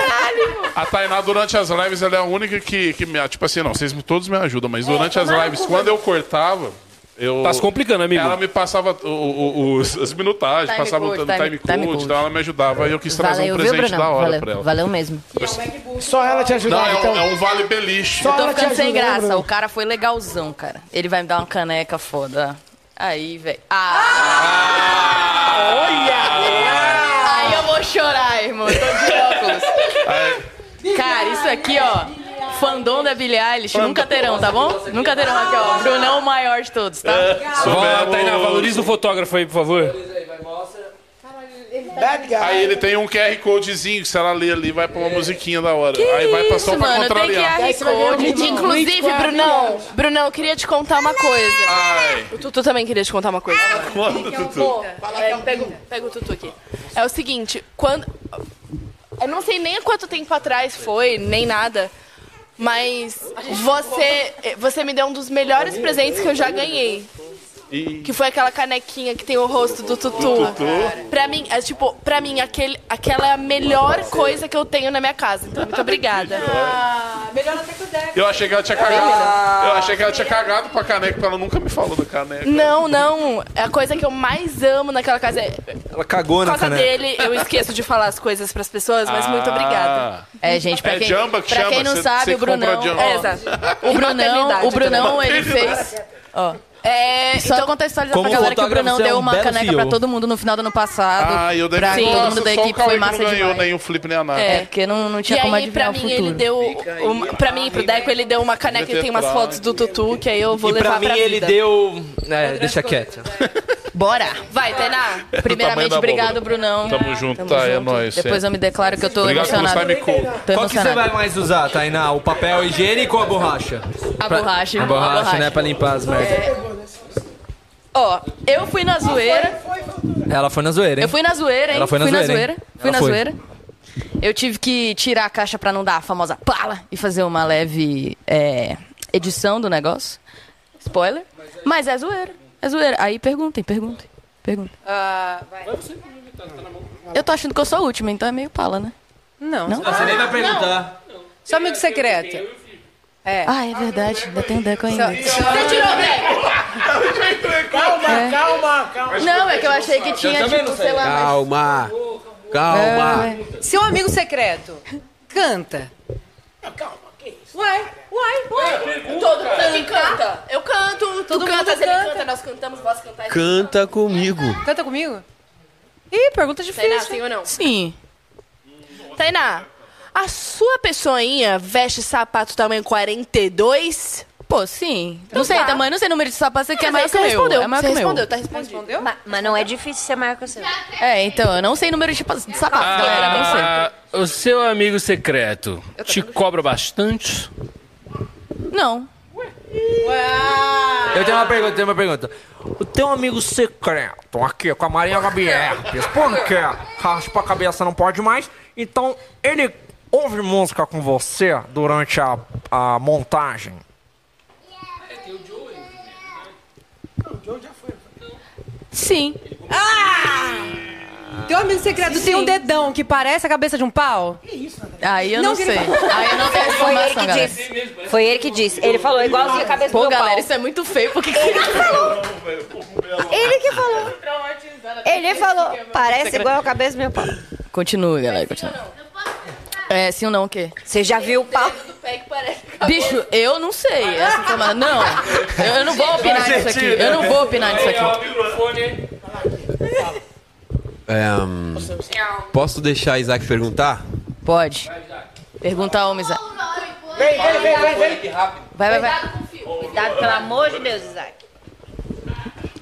L: A Tainá, durante as lives, ela é a única que, que me. Tipo assim, não, vocês me- todos me ajudam,
I: É,
L: mas
I: tá
L: durante as
H: tomara
L: lives,
H: com
L: quando eu cortava. Eu,
H: Tá se complicando, amigo.
L: Ela me passava o- o- os, as minutagens,
I: Time
L: passava
I: code,
L: o time,
I: time-
L: code,
I: time code.
L: então ela me ajudava. Aí eu quis trazer
I: Valeu,
L: um
I: viu,
L: presente
I: Brunão?
L: da hora
I: Valeu,
L: pra ela.
I: valeu mesmo.
C: Só ela te ajudava,
L: Não, é um,
C: então.
L: é um vale beliche.
I: Eu tô ficando sem
C: ajudou,
I: graça.
C: Bruno.
I: O cara foi legalzão, cara. Ele vai me dar uma caneca foda. Aí, velho. Ah! Olha! Aí eu vou chorar, irmão. Eu tô de óculos. Cara, isso aqui, ó. Fandom da Billie Eilish. Nunca terão, tá bom? Nunca terão aqui, ó. Brunão o maior de todos, tá?
H: Vai, Tainá, valoriza o fotógrafo aí, por favor.
L: Aí ele tem um QR Codezinho que se ela ler ali, vai pra uma musiquinha da hora. aí vai pra só
I: É. Isso,
L: pra
I: mano, tem
L: contrariar.
I: QR Code. Inclusive, Brunão, Brunão, eu queria te contar uma coisa. O Tutu também queria te contar uma coisa.
L: Manda, Tutu.
I: Pô, é, pega, o- pega o tutu aqui. É o seguinte, quando. Eu não sei nem quanto tempo atrás foi, nem nada. Mas você, você me deu um dos melhores presentes que eu já ganhei.
L: Ih.
I: Que foi aquela canequinha que tem o rosto do Tutu.
L: Do Tutu.
I: Pra mim, é tipo, pra mim, aquele, aquela é a melhor coisa que eu tenho na minha casa. Então, muito obrigada.
B: Ah,
F: Melhor até que o Deco.
L: Eu achei que ela
I: É
L: tinha cagado. Eu achei que ela tinha cagado pra caneca, porque ela nunca me falou da caneca.
I: Não, não. É a coisa que eu mais amo naquela casa. É,
A: Ela cagou
O: né,
I: Por
A: na
I: causa
A: caneca.
I: dele, eu esqueço de falar as coisas pras pessoas, mas muito obrigada. Ah. É, gente, pra
L: É
I: quem,
L: jamba que
I: pra
L: chama?
I: quem não
L: Cê- cê
I: sabe, o
L: que comprou
I: Brunão.
L: jamba?
I: É, exato.
L: E
I: O Brunão,
L: maternidade
I: o Brunão,
L: também.
I: ele fez. Ó. É,
K: Só
I: então, contextualizar
K: Como
I: pra galera que o
K: fotógrafo,
I: Brunão
K: você é
I: deu
K: um
I: uma
K: belo
I: caneca
K: CEO.
I: pra todo mundo no final do ano passado.
L: Ah, eu
I: pra
L: deve
I: todo mundo da
L: só o
I: equipe, foi
L: Cauê que
I: massa
L: não ganhou
I: demais.
L: nem o Flip nem a Nath.
I: É, porque não, não tinha
L: E
I: como
L: aí,
I: adivinhar
L: pra
I: o
L: mim,
I: futuro.
L: ele
I: deu, uma, pra mim e pro Deco, ele deu uma caneca e tem umas fotos do Tutu, que aí eu vou
A: E pra
I: levar pra
A: mim ele
I: vida.
A: deu. É, deixa quieto.
I: Bora! tá. Vai, Tainá. Primeiramente,
L: da
I: obrigado,
L: abóbora.
I: Brunão.
L: Tamo junto, tá? É nóis.
I: né? Depois eu me declaro que eu tô
A: Obrigado pelos
I: emocionada.
A: time code.
I: Tô
A: Qual que você
I: emocionada.
A: vai mais usar, Tainá? O papel higiênico ou a borracha?
I: A
A: Pra-
I: borracha,
A: A
I: irmão, a
A: borracha,
I: borracha. É.
A: né? Pra limpar as merdas.
I: Ó, eu fui na zoeira.
A: Ela foi na zoeira, hein?
I: Eu fui na zoeira, hein?
A: Ela foi na
I: fui
A: zoeira.
I: na zoeira.
A: hein?
I: Fui
A: Ela
I: na
A: foi.
I: zoeira. Eu tive que tirar a caixa pra não dar a famosa pala e fazer uma leve é, edição do negócio. Spoiler. Mas é zoeira. É zoeira. Aí perguntem, perguntem. Perguntem.
F: Ah, vai.
I: Eu tô achando que eu sou a última, então é meio pala, né?
F: Não.
I: Não?
A: Você nem vai perguntar.
F: Só amigo secreto. É.
I: Ah, é verdade. Ainda tem um deco ainda.
B: Você tirou o deck?
C: Calma,
I: É.
C: calma, calma.
B: Não, é que eu achei que tinha, tipo, sei
E: Ah,
B: lá, mas-
E: Calma. Calma.
F: É. Seu amigo secreto canta. Ué, ué, ué.
B: Todo mundo canta. Eu canto, tu
F: Todo
B: cantas,
F: mundo
B: ele
F: canta.
B: canta, nós cantamos, posso cantar.
E: Canta comigo.
F: Canta comigo? Ih, pergunta difícil.
B: Tainá, sim ou não?
F: Sim.
B: Tainá, a sua pessoinha veste sapato tamanho 42?
I: Pô, sim.
B: Então
I: não sei
B: tá.
I: tamanho, não sei número de sapato, você quer maior
B: Mas aí
I: que
B: você
I: o meu.
B: respondeu,
I: É maior
B: você
I: que o meu.
B: respondeu, tá
I: respondeu?
K: Ma- Mas não é difícil ser maior que o seu.
I: É, então, eu não sei número de, pa- de sapato, galera. Não sei.
H: Ah, o seu amigo secreto te cobra bastante?
I: Não.
A: Eu tenho uma pergunta, eu tenho uma pergunta. O teu amigo secreto aqui com a Maria Gabriel, por quê? Raspa a cabeça não pode mais. Então, ele ouve música com você durante a, a montagem?
I: Sim.
F: Teu amigo secreto tem um dedão que parece a cabeça de um pau? Que isso,
I: Aí eu não
F: Não, que ele
I: sei.
F: falou.
K: Ah,
I: Aí eu não tenho
F: Foi ele
I: informação,
F: que
I: galera.
L: né?
K: disse. Foi ele que disse. Ele falou igualzinho a cabeça do
I: Pô,
K: meu
I: galera,
K: pau.
I: isso é muito feio, porque...
K: Ele que falou. Ele falou. Parece igual a cabeça do meu pau.
I: Continua, galera, continua. É, sim ou não o quê?
K: Você já viu o pau?
I: Bicho, eu não sei essa informação. Não, eu, eu não vou opinar nisso aqui. Eu
A: né?
I: não vou opinar nisso aqui.
E: É, hum, posso deixar Isaac perguntar?
I: Pode. Pergunta ao Misa.
K: Vem, vem, vem, vem, vem.
I: Vai, vai, vai.
K: Cuidado, pelo amor de Deus, Isaac.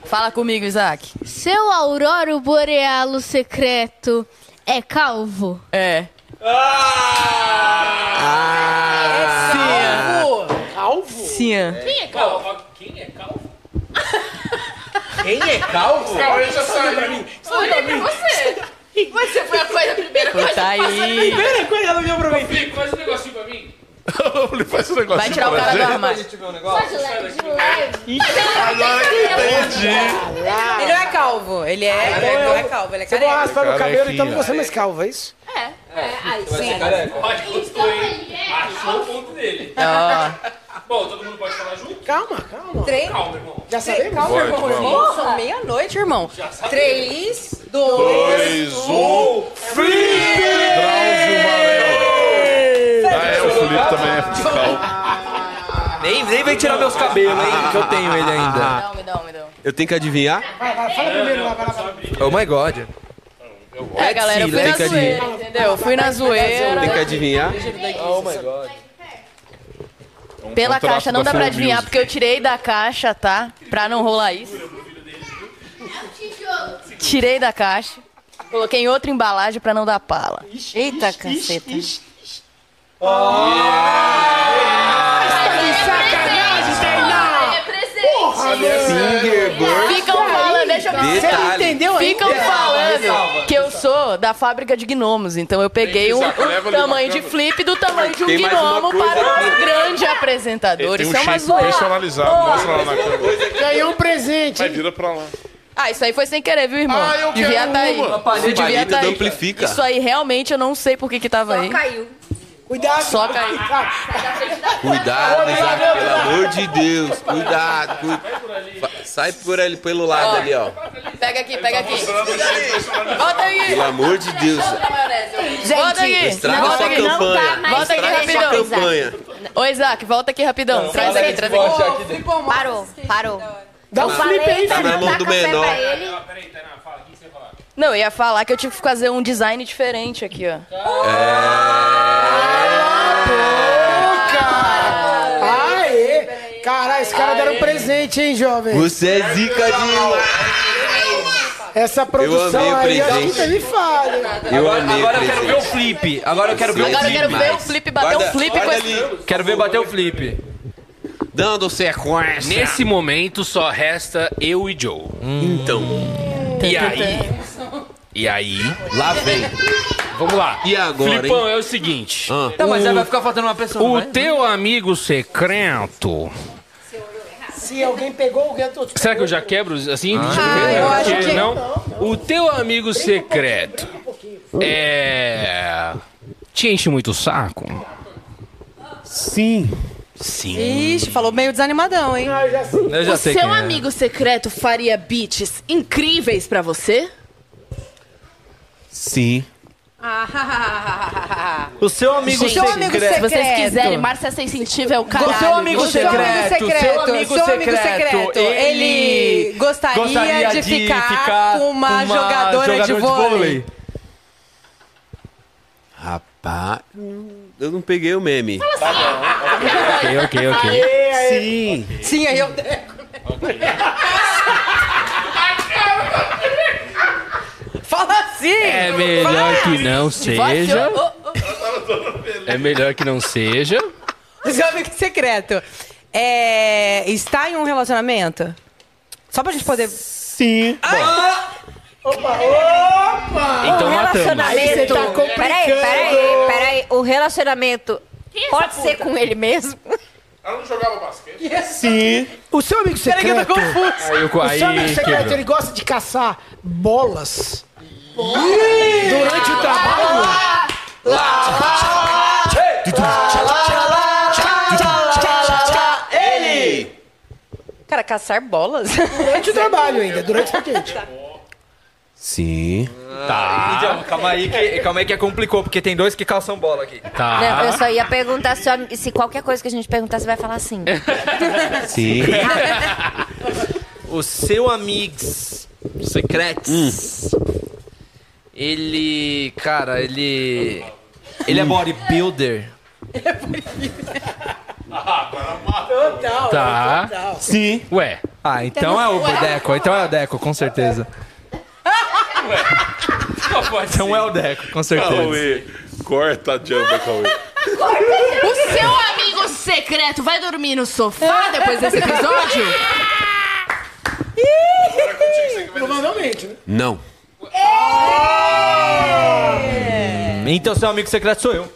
I: Fala comigo, Isaac.
Q: Seu Auroro Borealo secreto é calvo?
I: É.
C: Ah.
I: é.
C: Calvo?
I: Sim.
C: Quem é
H: calvo? Quem é calvo?
C: Quem é calvo?
B: Calma, já sabe.
C: pra mim.
B: Olha pra você. Você foi a coisa, a primeira coisa que
I: Tá
B: passou na
I: aí.
B: minha
C: Primeira coisa, ela olhou pra mim.
H: Felipe, faz um negocinho pra mim.
L: Ele faz um negócio
I: Vai tirar o cara do armário.
H: um
L: Agora que entendi.
F: Ele não é calvo, ele é, ele é- não é calvo, ele é
C: Se Ah, então eu vou
F: careca.
C: raspar meu cabelo, então não vou ser
L: Carequinha.
C: mais calvo, é isso?
A: É,
H: Pode, gostou, hein? Achou o ponto dele. Bom, todo mundo pode falar junto?
C: Calma, calma.
F: Três.
H: Calma, irmão.
C: Já
F: Três-
C: sabemos?
F: Calma, irmão.
C: Pode,
F: irmão.
C: vamos.
F: São meia-noite, irmão. Três, dois,
L: Dois, um. Ah, é, o Felipe também é fiscal.
A: Nem, nem vem tirar meus cabelos, hein? Que eu tenho ele ainda.
I: Não, me dá, um, me dá. um.
E: Eu tenho que adivinhar?
C: Vai, vai,
L: É,
C: fala primeiro lá, vai lá. vai lá.
A: Oh my god.
I: É, galera, eu fui
E: Tem
I: na
E: que
I: zoeira,
A: Ah.
I: entendeu? Fui na zoeira.
E: Tem que adivinhar?
I: Oh my God.
A: É um
I: Pela
E: contrato
I: caixa não
E: da
I: dá Um pra
E: Full
I: adivinhar,
E: Music.
I: porque eu tirei da caixa, tá? Pra não rolar isso. Tirei da caixa. Coloquei em outra embalagem pra não dar pala. Eita, caceta.
B: é
I: Ficam falando, deixa eu
E: Detalhe. Você não entendeu ainda?
I: Ficam falando que eu sou da fábrica de gnomos, então eu peguei um,
L: Isaac,
I: um
L: leva ali uma
I: tamanho de
L: câmera.
I: flip do tamanho de um
E: Tem mais uma
I: gnomo
E: coisa
I: para um
E: aqui.
I: grande apresentador.
L: Tem um
I: Isso é uma
L: chip
I: zoeira.
L: personalizado. Mostra lá na câmera.
C: Ganhou um presente.
L: Vai, vira pra lá.
I: Ah, isso aí foi sem querer, viu, irmão?
L: Ah, eu
I: devia
L: quero
I: tá aí.
L: uma.
I: Isso
E: palheta
I: devia tá aí.
E: amplifica.
I: Isso aí realmente eu não sei por que que tava aí.
K: Caiu.
C: Cuidado.
I: Só caiu.
E: Cuidado, Isaac, pelo amor de Deus. Cuidado. cu- Fa- Sai por ali, pelo lado ali, ó.
I: Pega aqui, pega aqui.
L: tá
I: Bota aí.
E: Pelo amor de Deus.
I: Bota
K: Gente,
I: aqui.
E: Estraga
I: Bota
E: sua
I: aqui.
K: não dá
E: campanha.
K: mais
I: Bota aqui
K: pra
E: Sua
I: rapidão.
K: deixar pisar.
E: campanha.
I: Ô, Isaac, volta aqui rapidão. Traz aqui, traz aqui.
K: Parou, parou.
C: Dá
K: Eu
C: um flip
K: falei
C: aí,
E: Tá
K: pra
E: na
K: não
E: mão
K: dar
E: do
K: café
E: menor.
K: pra ele.
I: Não, eu ia falar que eu tive que fazer um design diferente aqui, ó.
L: Tá.
E: É,
C: Aê! Caralho, esse cara deram um presente, hein, jovem?
E: Você é zica de.
C: Essa
E: amei
C: produção
E: o
C: aí, acho que
E: presente.
C: teve falha.
E: Eu
A: Agora,
E: amei.
A: agora eu
E: presente.
A: quero ver o flip. Agora eu quero ver
I: Agora
A: o
I: eu quero
A: flip.
I: ver o Flip bater
E: Guarda-
I: um Flip com
E: guarda
I: esse...
E: ali.
A: Quero ver bater o flip.
E: Dando sequência.
H: Nesse momento só resta eu e
E: Hum.
H: Joe.
E: Então,
H: E aí? E aí?
E: lá vem.
H: Vamos lá.
E: E agora,
H: Flipão,
E: hein? Ah.
H: é o seguinte.
I: Então,
A: Não, Tá, mas
H: O-
A: aí vai ficar faltando uma pessoa.
H: O
A: não vai?
H: teu amigo secreto.
C: Se alguém pegou, alguém outro.
H: Será que eu já quebro assim?
C: Ah,
H: Deixa ver.
C: eu acho que- um
H: Não? O teu amigo secreto
C: Hum.
H: é. Te enche muito o saco?
R: Sim.
H: Sim.
F: Ixi, falou meio desanimadão, hein? Ah, já sei.
H: Eu já
B: o
H: sei
B: seu
H: quem é.
B: amigo secreto faria beats incríveis pra você?
E: Sim.
F: Ah,
B: Ah.
A: O seu amigo
B: Gente,
A: secreto.
B: Se vocês quiserem, Márcia sem sentido é o caralho.
A: O seu amigo
B: O seu
A: secreto,
B: amigo secreto.
A: seu amigo
F: seu amigo
A: secreto,
F: secreto, ele
A: ele
F: gostaria,
A: gostaria
F: de,
A: de
F: ficar
A: ficar
F: com uma,
A: com uma
F: jogadora, de
A: jogadora de
F: vôlei.
A: vôlei.
E: Rapaz, eu não peguei o
F: assim,
H: Tá
F: "Ah,
E: meme.
H: Ok, ok, ok.
E: Sim.
F: Sim, aí eu deco. Fala assim!
H: É melhor que não seja. É melhor que não seja.
F: O seu amigo secreto é, está em um relacionamento? Só pra gente poder. Ah,
R: Sim.
C: Opa, opa!
H: Então
S: o
H: matamos.
S: relacionamento.
H: Você tá
C: complicando.
S: peraí, peraí, peraí. O relacionamento pode ser com ele mesmo?
L: Ela não jogava basquete?
K: é
R: Sim.
C: O seu amigo
L: Peraí
C: secreto.
L: que eu tô confuso. Aí eu-
C: o seu amigo
L: aí
C: secreto,
L: quebrou.
C: ele gosta de caçar bolas.
S: Ih!
C: Durante o trabalho.
F: Ele! Cara, caçar bolas?
C: Durante o trabalho ainda, durante o paquete.
E: Sim.
A: Tá. Então, calma aí que, calma aí que é complicou, porque tem dois que calçam bola aqui.
H: Tá.
F: Né,
S: Não,
A: Ah.
S: eu só ia perguntar se, a- se qualquer coisa que a gente perguntar, você vai falar sim.
E: Sim.
A: O seu amigo secreto. Ele. Cara, ele. Ele é bodybuilder. Ah,
C: Total.
H: Tá.
A: Sim.
H: Ué.
A: Ah, então é o Deco. Então é o Deco, com certeza. Então é o Deco, com certeza.
L: Cauê, corta a jamba, Cauê.
B: O seu amigo secreto vai dormir no sofá depois desse episódio?
C: Provavelmente, né?
E: Não.
F: É!
A: Então seu amigo secreto sou eu.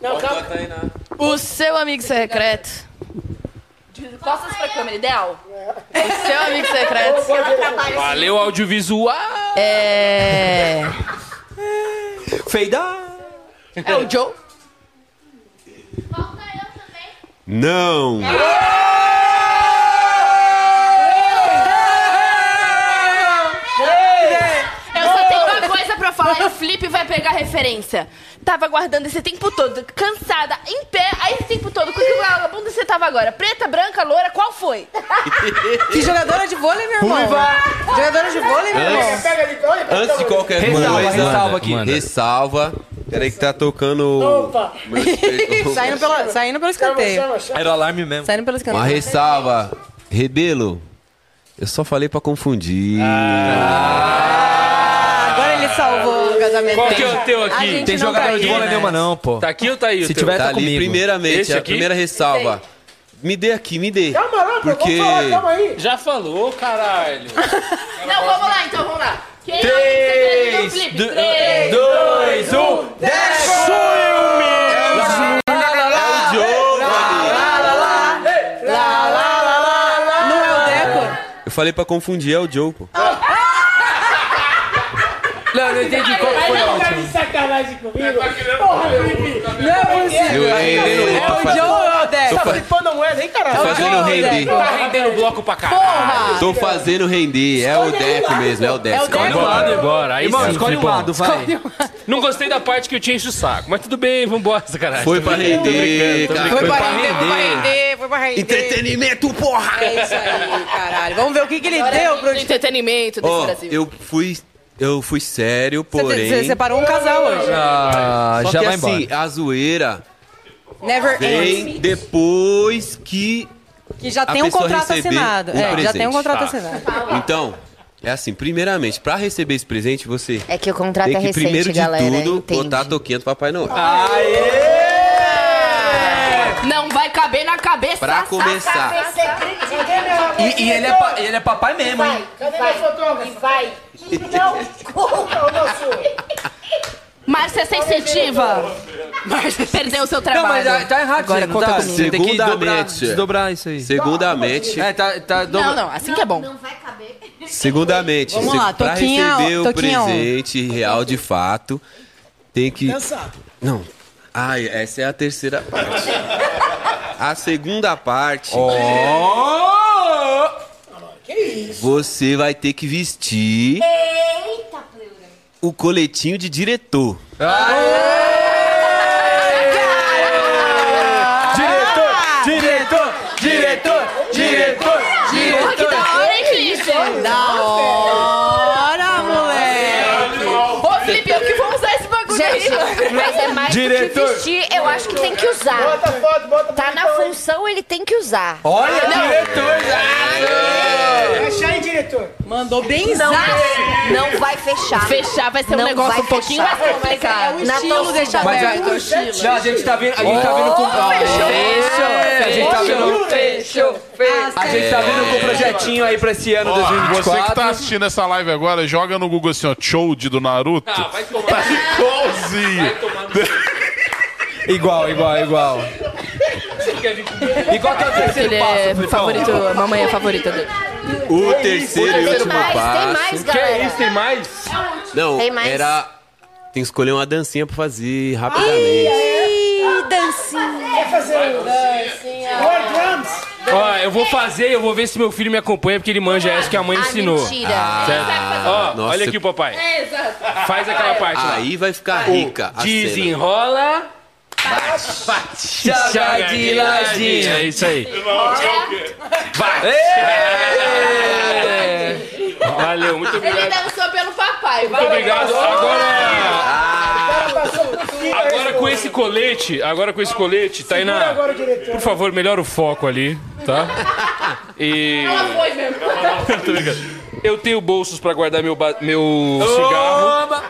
C: Não, calma.
B: O seu amigo secreto. Costas pra câmera, ideal. O seu amigo secreto.
H: Valeu, audiovisual.
B: É.
A: Feidar.
B: É o Joe?
E: Não.
B: Eu só tenho uma coisa pra falar e o Felipe vai pegar a referência. Tava aguardando esse tempo todo, cansada, em pé, aí esse tempo todo, com que vagabunda você tava agora? Preta, branca, loura, qual foi?
F: Que jogadora de vôlei, meu irmão?
B: Ruiva.
F: Jogadora de vôlei, meu irmão?
E: Antes- Antes de qualquer
F: Ressalva,
E: coisa.
F: ressalva
A: aqui.
E: Manda. Ressalva. Peraí que tá tocando.
F: Opa! saindo, pela, saindo pelo escanteio.
A: Era alarme mesmo.
F: Saindo pelo
E: Uma
F: escanteio.
E: ressalva. Rebelo. Eu só falei pra confundir.
F: Agora ele salvou o casamento.
H: Qual que
F: dele.
H: é o teu
F: A
H: aqui?
F: gente
E: Tem
F: não
E: jogador de
F: aqui,
E: vôlei
F: né?
E: nenhuma,
A: não, pô.
H: Tá aqui ou tá aí? o
E: Se
H: teu?
E: tiver, tá, ali.
H: comigo.
E: Primeiramente,
H: Esse
E: a
H: aqui?
E: primeira ressalva. Me dê aqui, me dê.
C: Calma lá, pô, vamos
E: Porque...
C: falar, calma aí.
H: Já falou, caralho.
B: Não, vamos lá então, vamos lá. Quem é o amigo secreto do
A: Três,
B: Felipe?
A: do-
B: Três,
A: dois, um, Deco! Sou eu mesmo!
F: tá- Não é o Deco?
E: Eu falei pra confundir, é o Joe, pô.
H: Não, não entendi qual foi Tá a
C: Tá de sacanagem comigo? Porra, Felipe! Não é
E: Eu- eu- eu- eu- eu-
C: possível!
E: tô fa- tô
C: Tá
E: fa-
C: flipando a moeda, hein, caralho?
E: Tô fazendo um render.
H: Tá rendendo bloco pra caralho.
E: Tô fazendo render. É o Deco mesmo, é o Deco.
H: Escolhe um lado embora. Aí
E: Irmão,
H: sim,
E: escolhe um
H: Filipão.
E: lado, vai.
H: Escolhe um lado. Não gostei da parte que eu tinha enche o saco, mas tudo bem, vambora, sacanagem.
E: Foi
H: Tô
E: pra
H: brincando, tô
E: render,
H: brincando, tô
E: cara.
H: brincando.
E: Foi pra
F: Foi pra render, foi pra render.
E: Entretenimento, porra!
F: É isso aí, caralho. Vamos ver o que, que ele deu pro
B: entretenimento
E: Ó, eu fui. Eu fui sério, porém.
F: Você separou um casal hoje.
E: Ah,
A: Só
E: já
A: que
E: vai
A: assim,
E: embora. a zoeira
F: Never
E: vem
F: ends.
E: depois que.
F: Que já
E: a
F: tem um
E: pessoa
F: contrato
E: receber
F: assinado.
E: um
F: é, já
E: presente.
F: tem um contrato
E: Tá.
F: assinado.
E: Então, é assim, primeiramente, pra receber esse presente, você
S: É que o contrato
E: tem
S: é
E: que
S: recente,
E: primeiro de
S: galera.
E: tudo
S: entende?
E: botar a toquinha do Papai Noel.
A: Ah,
B: Não vai caber na cabeça.
E: Pra começar.
A: E, e ele, é pa- ele é papai é mesmo, hein?
C: Cadê meu fotógrafo? Vai! Não! Não, não sou!
P: você incentiva? Perdeu o seu trabalho.
A: Não, mas tá, tá errado
P: Agora
A: isso aí, não
P: conta
A: tá?
P: comigo.
A: Você tem que dobrar,
E: Segundamente. é.
A: desdobrar isso aí.
E: Segundamente.
A: É, tá, tá dobra-
P: Não, não, assim que é bom.
E: Segundamente,
P: Vamos
E: se-
P: lá, um.
E: pra
P: Toquinha-
E: receber o
P: Toquinha on.
E: presente real de fato, tem que.
C: Dançar.
E: Não. Ai, essa é a terceira parte. A segunda parte.
A: Oh!
C: Que isso?
E: Você vai ter que vestir
S: Eita,
E: o coletinho de diretor.
A: Diretor, diretor, diretor, diretor,
P: Porra, Ah, que da hora, hein, Felipe? Da hora, moleque. Ô, Felipe, eu que vou usar esse bagulho
S: Gente, mas é mais
A: Diretor.
S: do que vestir, eu acho que tem que usar. Bota foto, bota Tá na função, ele tem que usar.
A: Olha,
S: Não.
A: diretor!
C: Fecha aí, diretor.
P: Mandou bem
S: Não, não vai fechar.
P: Fechar vai ser um
S: Não
P: negócio
S: vai
P: um pouquinho
S: fechar.
P: mais complicado.
S: Na torcida.
A: Mas a, não, a gente tá vindo, a gente tá vindo com
P: fechou.
A: A gente tá vindo,
P: Fechou,
S: Ah,
A: a gente tá vindo com um projetinho aí pra esse ano
L: Ó, Você que
A: 2024.
L: tá assistindo essa live agora, joga no Google assim, ó, Chode do Naruto. Ah, vai tomar. Tá igualzinho.
A: Igual, igual, igual. E qual que é o
P: Ele
A: terceiro
P: é
A: passo,
P: favorito, a mamãe é favorita dele.
E: O terceiro e
S: Tem
E: último
S: mais,
E: passo.
S: tem mais,
H: é
S: galera.
A: isso, tem mais?
E: Não,
S: Tem mais?
E: era. Tem que escolher uma dancinha pra fazer rapidamente.
S: Ih, dancinha.
C: Quer fazer um... War drums?
H: Ó, eu vou fazer, eu vou ver se meu filho me acompanha, porque ele manja essa que a mãe
S: Ah,
H: ensinou.
S: mentira.
H: Certo? Ó,
E: nossa.
H: olha aqui, papai. Faz aquela parte lá.
E: Aí vai ficar rica. a cena.
H: Desenrola.
A: Joga de ladinho.
H: É isso aí.
B: É?
H: Valeu, muito
P: Ele
B: tá
H: obrigado.
P: dançou pelo papai.
H: Muito obrigado. Agora, agora
C: Agora
H: com esse colete, agora com esse colete, Tainá,
C: Agora, diretor.
H: por favor, melhora o foco ali, tá? E
P: Ela foi mesmo.
H: Muito obrigado. eu tenho bolsos pra guardar meu ba- meu cigarro.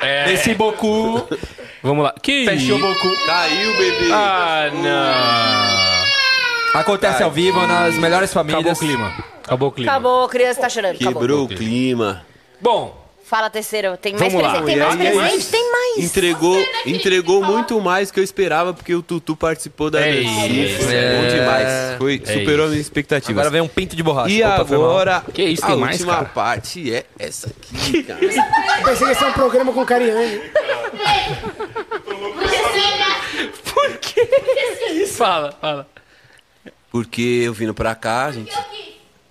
H: É,
A: Esse bocu.
H: vamos lá. Que
A: Fechou o bocu.
E: Caiu, bebê.
H: Ah, não.
A: Acontece ao vivo nas melhores
H: Acabou o
A: famílias.
H: clima. Acabou o clima.
S: Acabou, a criança tá chorando. Acabou.
E: Quebrou o clima.
H: Bom,
S: Fala, terceiro. Tem mais
H: Vamos lá.
S: presente? Tem mais
E: E aí,
S: presente? Tem mais.
E: Entregou, entregou muito mais que eu esperava, porque o Tutu participou da
H: É isso,
E: dancinha.
A: é.
E: É bom demais. Foi,
H: É
E: superou
H: isso.
E: as minhas expectativas.
A: Agora vem um pinto de borracha.
E: E
A: Opa, foi mal.
E: agora,
H: Que isso,
E: a
H: tem mais,
E: última
H: cara?
E: parte é essa aqui, cara.
C: Eu pensei que ia ser um programa com Cariani.
H: fala, fala.
E: Porque eu vindo pra cá, gente,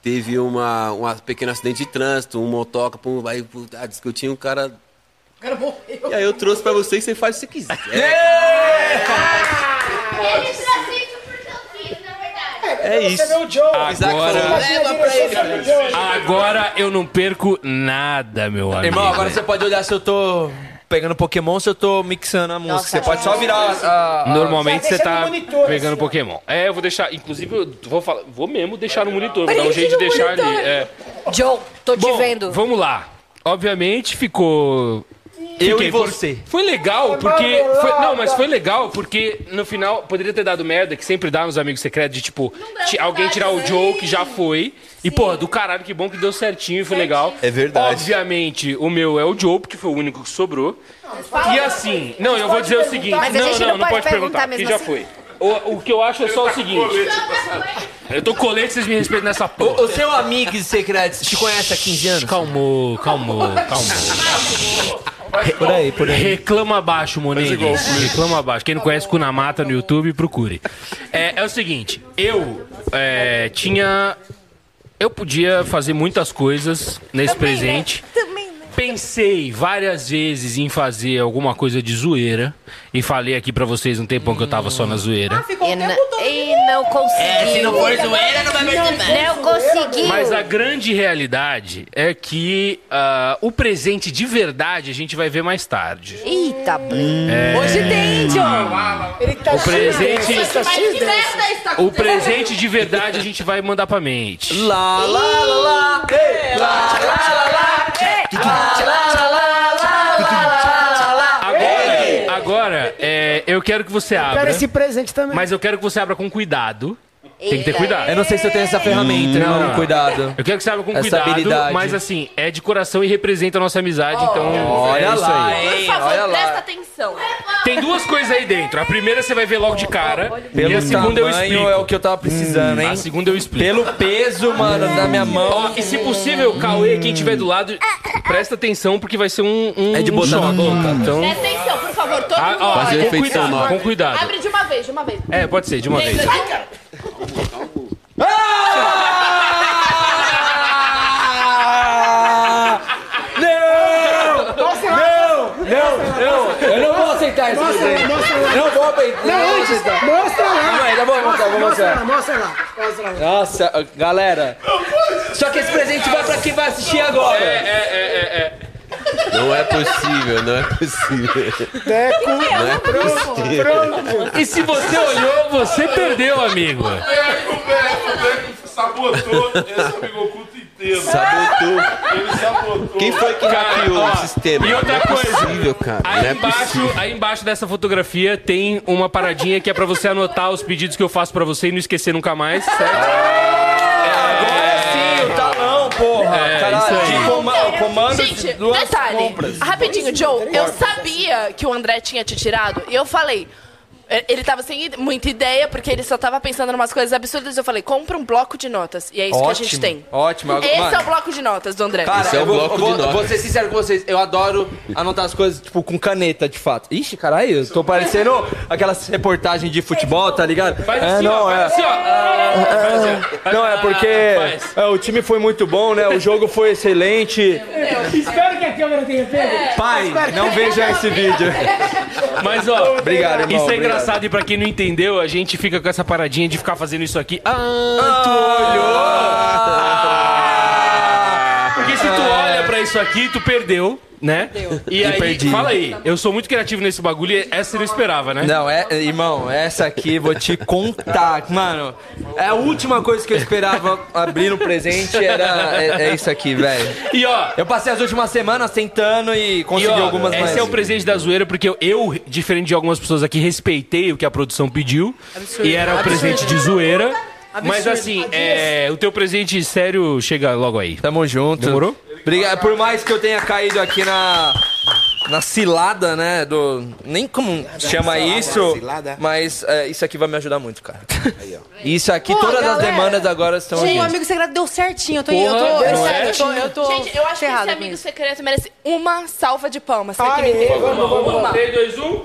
E: teve uma, uma pequeno acidente de trânsito, um motoca, pum, vai pum, ah, discutindo, o cara... E aí eu trouxe pra você e você faz o que você quiser.
A: Ah,
P: Ah.
E: É
C: Você
E: isso.
C: vê o Joe.
H: Agora,
C: Leva pra ele.
H: agora eu não perco nada, meu amigo.
A: Irmão, agora você pode olhar se eu tô pegando Pokémon ou se eu tô mixando a música. você pode só virar a- a-
H: Normalmente
C: Só
H: você
C: deixa
H: tá
C: no monitor,
H: pegando
C: assim, ó.
H: Pokémon. É, eu vou deixar. Inclusive, eu vou, falar, vou mesmo deixar no monitor. Vou dar um jeito de deixar ali. É.
S: Joe, tô te
H: Bom,
S: vendo.
H: vamos lá. Obviamente ficou.
A: eu
H: fiquei
A: e
H: por-
A: você.
H: Foi legal, porque. foi- não, mas foi legal, porque no final poderia ter dado merda, que sempre dá nos amigos secretos, de tipo, ti- alguém tirar
S: né?
H: o Joe, que já foi. E, porra, do caralho, que bom que deu certinho e foi legal.
E: É verdade.
H: Obviamente, o meu é o Joe, porque foi o único que sobrou. e assim, não, eu vou dizer o seguinte.
S: Mas a
H: não,
S: gente não
H: não,
S: pode
H: pode
S: perguntar
H: perguntar, porque
S: mesmo
H: já
S: assim.
H: foi. O, o que eu acho é só o seguinte. Eu tô colete, vocês me respeitam nessa porra.
A: O, o seu amigo secreto te conhece há 15 anos?
H: Calmou, calmou, calmou.
A: Por aí, por aí.
H: Reclama abaixo, Monegues. Reclama abaixo. Quem não conhece Cunamata no YouTube, procure. É, é o seguinte, eu é, tinha. Eu podia fazer muitas coisas
P: né?
H: nesse presente. Pensei várias vezes em fazer alguma coisa de zoeira. E falei aqui pra vocês um tempão que eu tava só na zoeira.
S: E, na- e não conseguiu.
B: É,
P: zoeira, não vai perceber.
S: Não
P: Hum.
S: conseguiu.
H: Mas a grande realidade é que ah, o presente de verdade a gente vai ver mais tarde.
S: Eita,
A: É.
P: Hoje tem, John.
C: Ele tá
H: O presente-
C: cheio dessa, cheio dessa.
P: tá
H: O presente de verdade a gente vai mandar pra mente.
A: Lá, lá, lá, lá. Ei, lá, lá, lá, lá. Ei, lá, lá, lá, lá, lá, lá, lá.
H: Agora, agora é, eu quero que você abra.
C: Quero esse presente também.
H: Mas eu quero que você abra com cuidado. Tem que ter cuidado.
A: é. Eu não sei se eu tenho essa ferramenta,
H: Não,
A: não,
H: não.
A: cuidado.
H: Eu quero que você saiba com
A: Essa
H: cuidado,
A: habilidade. Oh.
H: mas assim, é de coração e representa a nossa amizade, então.
A: Olha
H: é isso
A: lá,
H: aí.
A: hein? Olha lá.
P: atenção.
H: Tem duas coisas aí dentro. A primeira você vai ver logo de cara.
A: Pelo
H: e a segunda eu
A: tamanho
H: explico.
A: é o que eu tava precisando, hein?
H: A segunda eu explico.
A: Pelo peso, mano, da minha mão.
H: Ó, e se possível, Cauê, quem tiver do lado, presta atenção porque vai ser um. um é de
A: botar na boca.
H: Então.
I: Presta atenção, por favor, todo
H: Ah,
I: mundo.
H: ó,
I: olha.
H: com cuidado, com cuidado.
I: Abre de uma vez, de uma vez.
H: É, pode ser, de uma vez.
I: Ai, cara.
A: Ah! Ah!
P: Não!
A: Não! Não, eu não vou aceitar isso.
P: Mostra lá, mostra lá.
A: Não vou aceitar.
P: Não,
A: vou
P: antes,
A: aceitar.
P: mostra lá.
A: Calma aí, tá bom, vou mostrar, vou mostrar.
C: Mostra lá, mostra lá.
A: Nossa, galera. Só que esse presente vai pra quem vai assistir agora. É,
H: é, é, é.
E: Não é possível, não é possível.
C: Teco,
E: não é possível.
H: E se você olhou, você perdeu, amigo.
L: Pego, pego, pego, sabotou esse amigo oculto inteiro.
E: Sabotou.
L: Ele sabotou.
E: Quem foi que
H: Cara,
E: hackeou
H: ó,
E: o sistema?
H: e outra
E: não é
H: coisa.
E: possível, cara. Não
H: Aí
E: é
H: embaixo,
E: possível.
H: aí embaixo dessa fotografia tem uma paradinha que é pra você anotar os pedidos que eu faço pra você e não esquecer nunca mais, certo?
A: Sim, o talão, porra.
H: É,
A: Caralho,
H: isso aí.
A: de coma- comando de
I: Gente,
A: duas
I: detalhe.
A: compras.
I: Rapidinho, Joe, eu sabia que o André tinha te tirado e eu falei. eh, Ele tava sem ide- muita ideia, porque ele só tava pensando em umas coisas absurdas. Eu falei, compra um bloco de notas. E é isso que a gente tem.
A: Ótimo. agora-
I: Esse
A: mano.
I: é o bloco de notas do André.
A: Cara,
E: Esse é
A: eu
E: um
A: vou,
E: bloco
A: eu vou-
E: de notas.
A: vou ser sincero com vocês, eu adoro anotar as coisas, tipo, com caneta, de fato. Ixi, caralho, eu tô parecendo aquelas reportagens de futebol, tá ligado?
H: Faz
A: É,
H: assim, ó,
A: não,
H: faz
A: é.
H: assim, ó. assim,
A: É, Não, é porque é, o time foi muito bom, né? O jogo foi excelente.
H: assim.
C: Espero que a câmera tenha pego.
A: Pai, não veja esse vídeo.
H: Mas
E: Ah,
H: ó,
A: Obrigado, irmão,
H: isso é
A: obrigado.
H: engraçado e pra quem não entendeu, a gente fica com essa paradinha de ficar fazendo isso aqui. Ah, tu olhou! Ah. Porque se tu olha pra isso aqui, tu perdeu, né? E
A: E
H: aí,
A: perdi.
H: fala aí, eu sou muito criativo nesse bagulho e essa eu não esperava, né?
A: Não, é, irmão, essa aqui vou te contar. Mano, é a última coisa que eu esperava abrir no presente era é, é isso aqui, velho.
H: E ó,
A: eu passei as últimas semanas tentando e consegui
H: E, ó,
A: algumas
H: Esse
A: mais.
H: é o presente da zoeira, porque eu, eu, diferente de algumas pessoas aqui, respeitei o que a produção pediu.
P: Absurdo.
H: E era um
P: Absurdo.
H: presente de zoeira.
P: Absurdo.
H: Mas assim, é, o teu presente sério chega logo aí.
A: Tamo junto.
H: Demorou?
A: Obrigado. Por mais que eu tenha caído aqui na. Na cilada, né? Do. Nem como chama
P: Cilada,
A: isso.
P: cilada.
A: Mas é, isso aqui vai me ajudar muito, cara. Isso aqui,
F: Pô,
A: todas as
F: galera.
A: demandas agora estão.
F: Gente, o
I: um
A: aqui.
F: amigo secreto deu certinho. Eu tô, eu
A: Porra, é?
F: tô, eu
A: deu
F: tô, eu
A: certinho.
F: tô, eu tô
I: Gente, eu acho que
F: ferrada
I: esse
F: com
I: amigo
F: isso.
I: secreto merece uma salva de palmas. Você que me
C: Aê,
I: entende?
C: vamos, vamos,
I: Uma.
C: vamos.
H: Três, dois, um.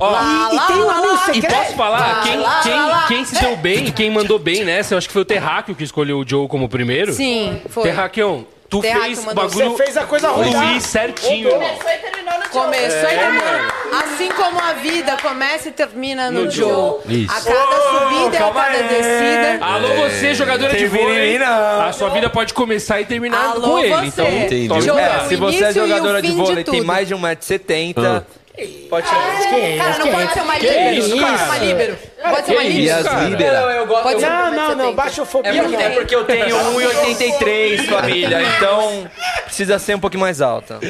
H: Ó,
I: Lá,
H: e-
I: lá,
H: e tem um
I: lá,
H: amigo
A: Ah,
I: lá.
H: secreto? E
F: é?
H: posso
I: Lá,
H: falar? Quem,
I: lá,
H: quem-
I: lá, lá.
H: quem se deu bem, quem mandou bem nessa, eu acho que foi o Terráqueo que escolheu o Joe como primeiro.
F: Sim, foi.
H: Terráqueão, tu
F: Terráqueo
H: fez o
F: mandou-
H: bagulho.
F: Você fez a coisa rodar.
H: Luiz certinho.
I: Começou e terminou no Joe.
F: Começou
H: É,
F: e terminou.
H: mano.
F: Assim como a vida começa e termina no,
H: No
F: Joe.
H: Joe.
F: A cada subida é a cada descida.
H: Alô, você, jogadora de vôlei. A sua vida pode começar e terminar
F: É, Alô,
H: com ele.
F: você.
H: Então,
F: Entendi.
H: tome
F: Joe,
H: cuidado.
F: o
A: Se você é
F: início e o
A: jogadora de
F: fim de
A: vôlei, tem
F: tudo.
A: mais de 1,70m.
H: Ah.
A: Pode ser.
F: Cara, não pode ser uma líbero.
A: isso,
F: Não pode ser uma
A: cara?
F: líbero. Pode ser
A: Que
F: uma
A: isso,
F: líbero.
A: cara? Não, eu gosto-
F: Pode ser
C: Não,
F: uma
C: não, não,
A: É
C: baixofobia.
A: porque, é porque eu tenho 1,83, família. Então, precisa ser um pouquinho mais alta.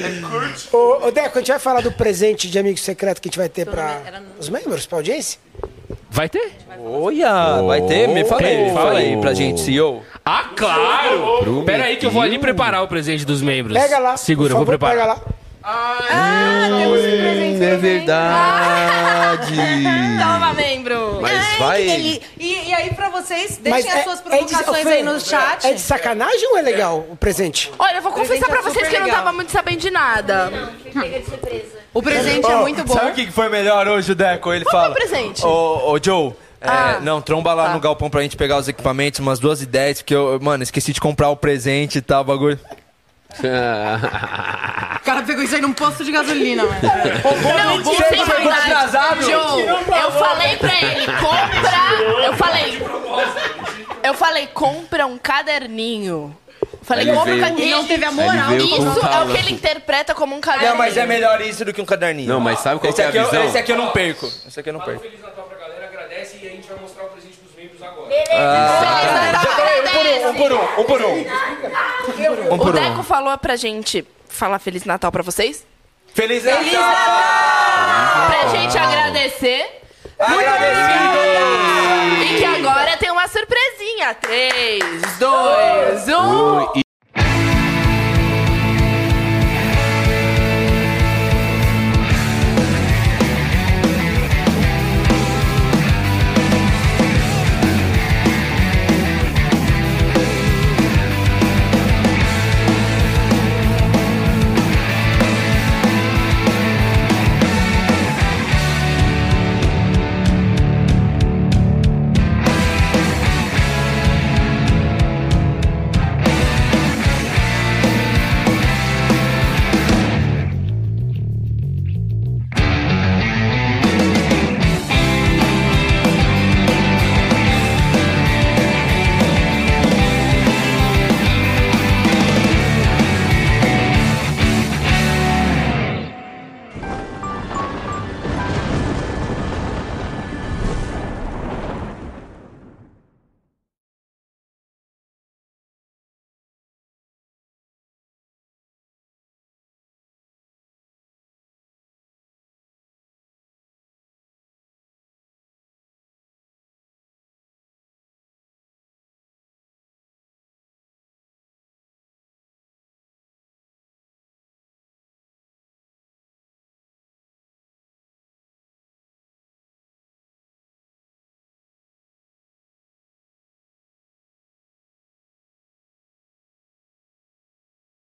C: Ô, ô, Deco, a gente vai falar do presente de amigo secreto que a gente vai ter
F: né?
C: pra os membros, pra audiência?
H: Vai ter? Oh,
A: Olha, vai ter? Me fala aí, me fala aí pra gente, CEO.
H: Ah, claro! Pera aí que eu vou ali preparar o presente dos membros.
C: Pega lá.
H: Segura, eu
C: por favor,
H: vou preparar.
C: Pega lá.
E: É verdade.
F: Toma, membro.
E: Mas vai
F: que
E: ele.
F: deli- E, e aí, pra vocês, deixem
C: Mas
F: as
C: é-
F: suas
C: é de- ô,
F: provocações
C: Fê,
F: aí no chat.
C: É de sacanagem ou é legal o presente?
I: Olha, eu vou
F: Presente
I: confessar pra
F: é
I: vocês
F: super
I: que eu não
F: legal.
I: tava muito sabendo de nada.
F: O presente é
A: Ó,
F: muito bom. é
A: Sabe o que que foi melhor hoje, Deco? Ele
I: foi
A: fala.
I: o presente?
A: Ô, ô, Joe. é,
I: Ah,
A: não, tromba
F: Tá.
A: lá no galpão pra gente pegar os equipamentos, umas duas e dez, porque eu, mano, esqueci de comprar o presente e tal, o bagulho.
F: O cara pegou isso aí num posto de gasolina, mano.
I: Não,
F: bom,
I: isso
F: você
I: é
F: chegou
I: verdade.
F: atrasado.
I: Joe, eu falei pra ele, compra... Eu falei... Eu falei, compra um caderninho. Eu Falei,
A: Ele
I: compra um
A: veio-
I: caderninho.
F: Ele não teve a moral.
E: veio com
I: Isso é o
E: calma.
I: que ele interpreta como um caderninho.
A: Não, mas é melhor isso do que um caderninho.
E: Não, mas sabe qual
A: esse
E: que é a
A: aqui eu-
E: visão?
A: Esse aqui eu não perco. Esse aqui eu não perco.
H: Agradece e a gente vai mostrar
A: Ah.
H: o presente dos membros agora.
A: Um por um, um por um. Um
I: O
A: por um.
I: Deco falou pra gente falar Feliz Natal pra vocês.
A: Feliz
I: Feliz
C: Ah.
I: Natal! Pra gente agradecer.
H: Ah!
A: Agradecido!
I: E
B: E que agora tem uma surpresinha. 3, 2, 1.
F: Ui,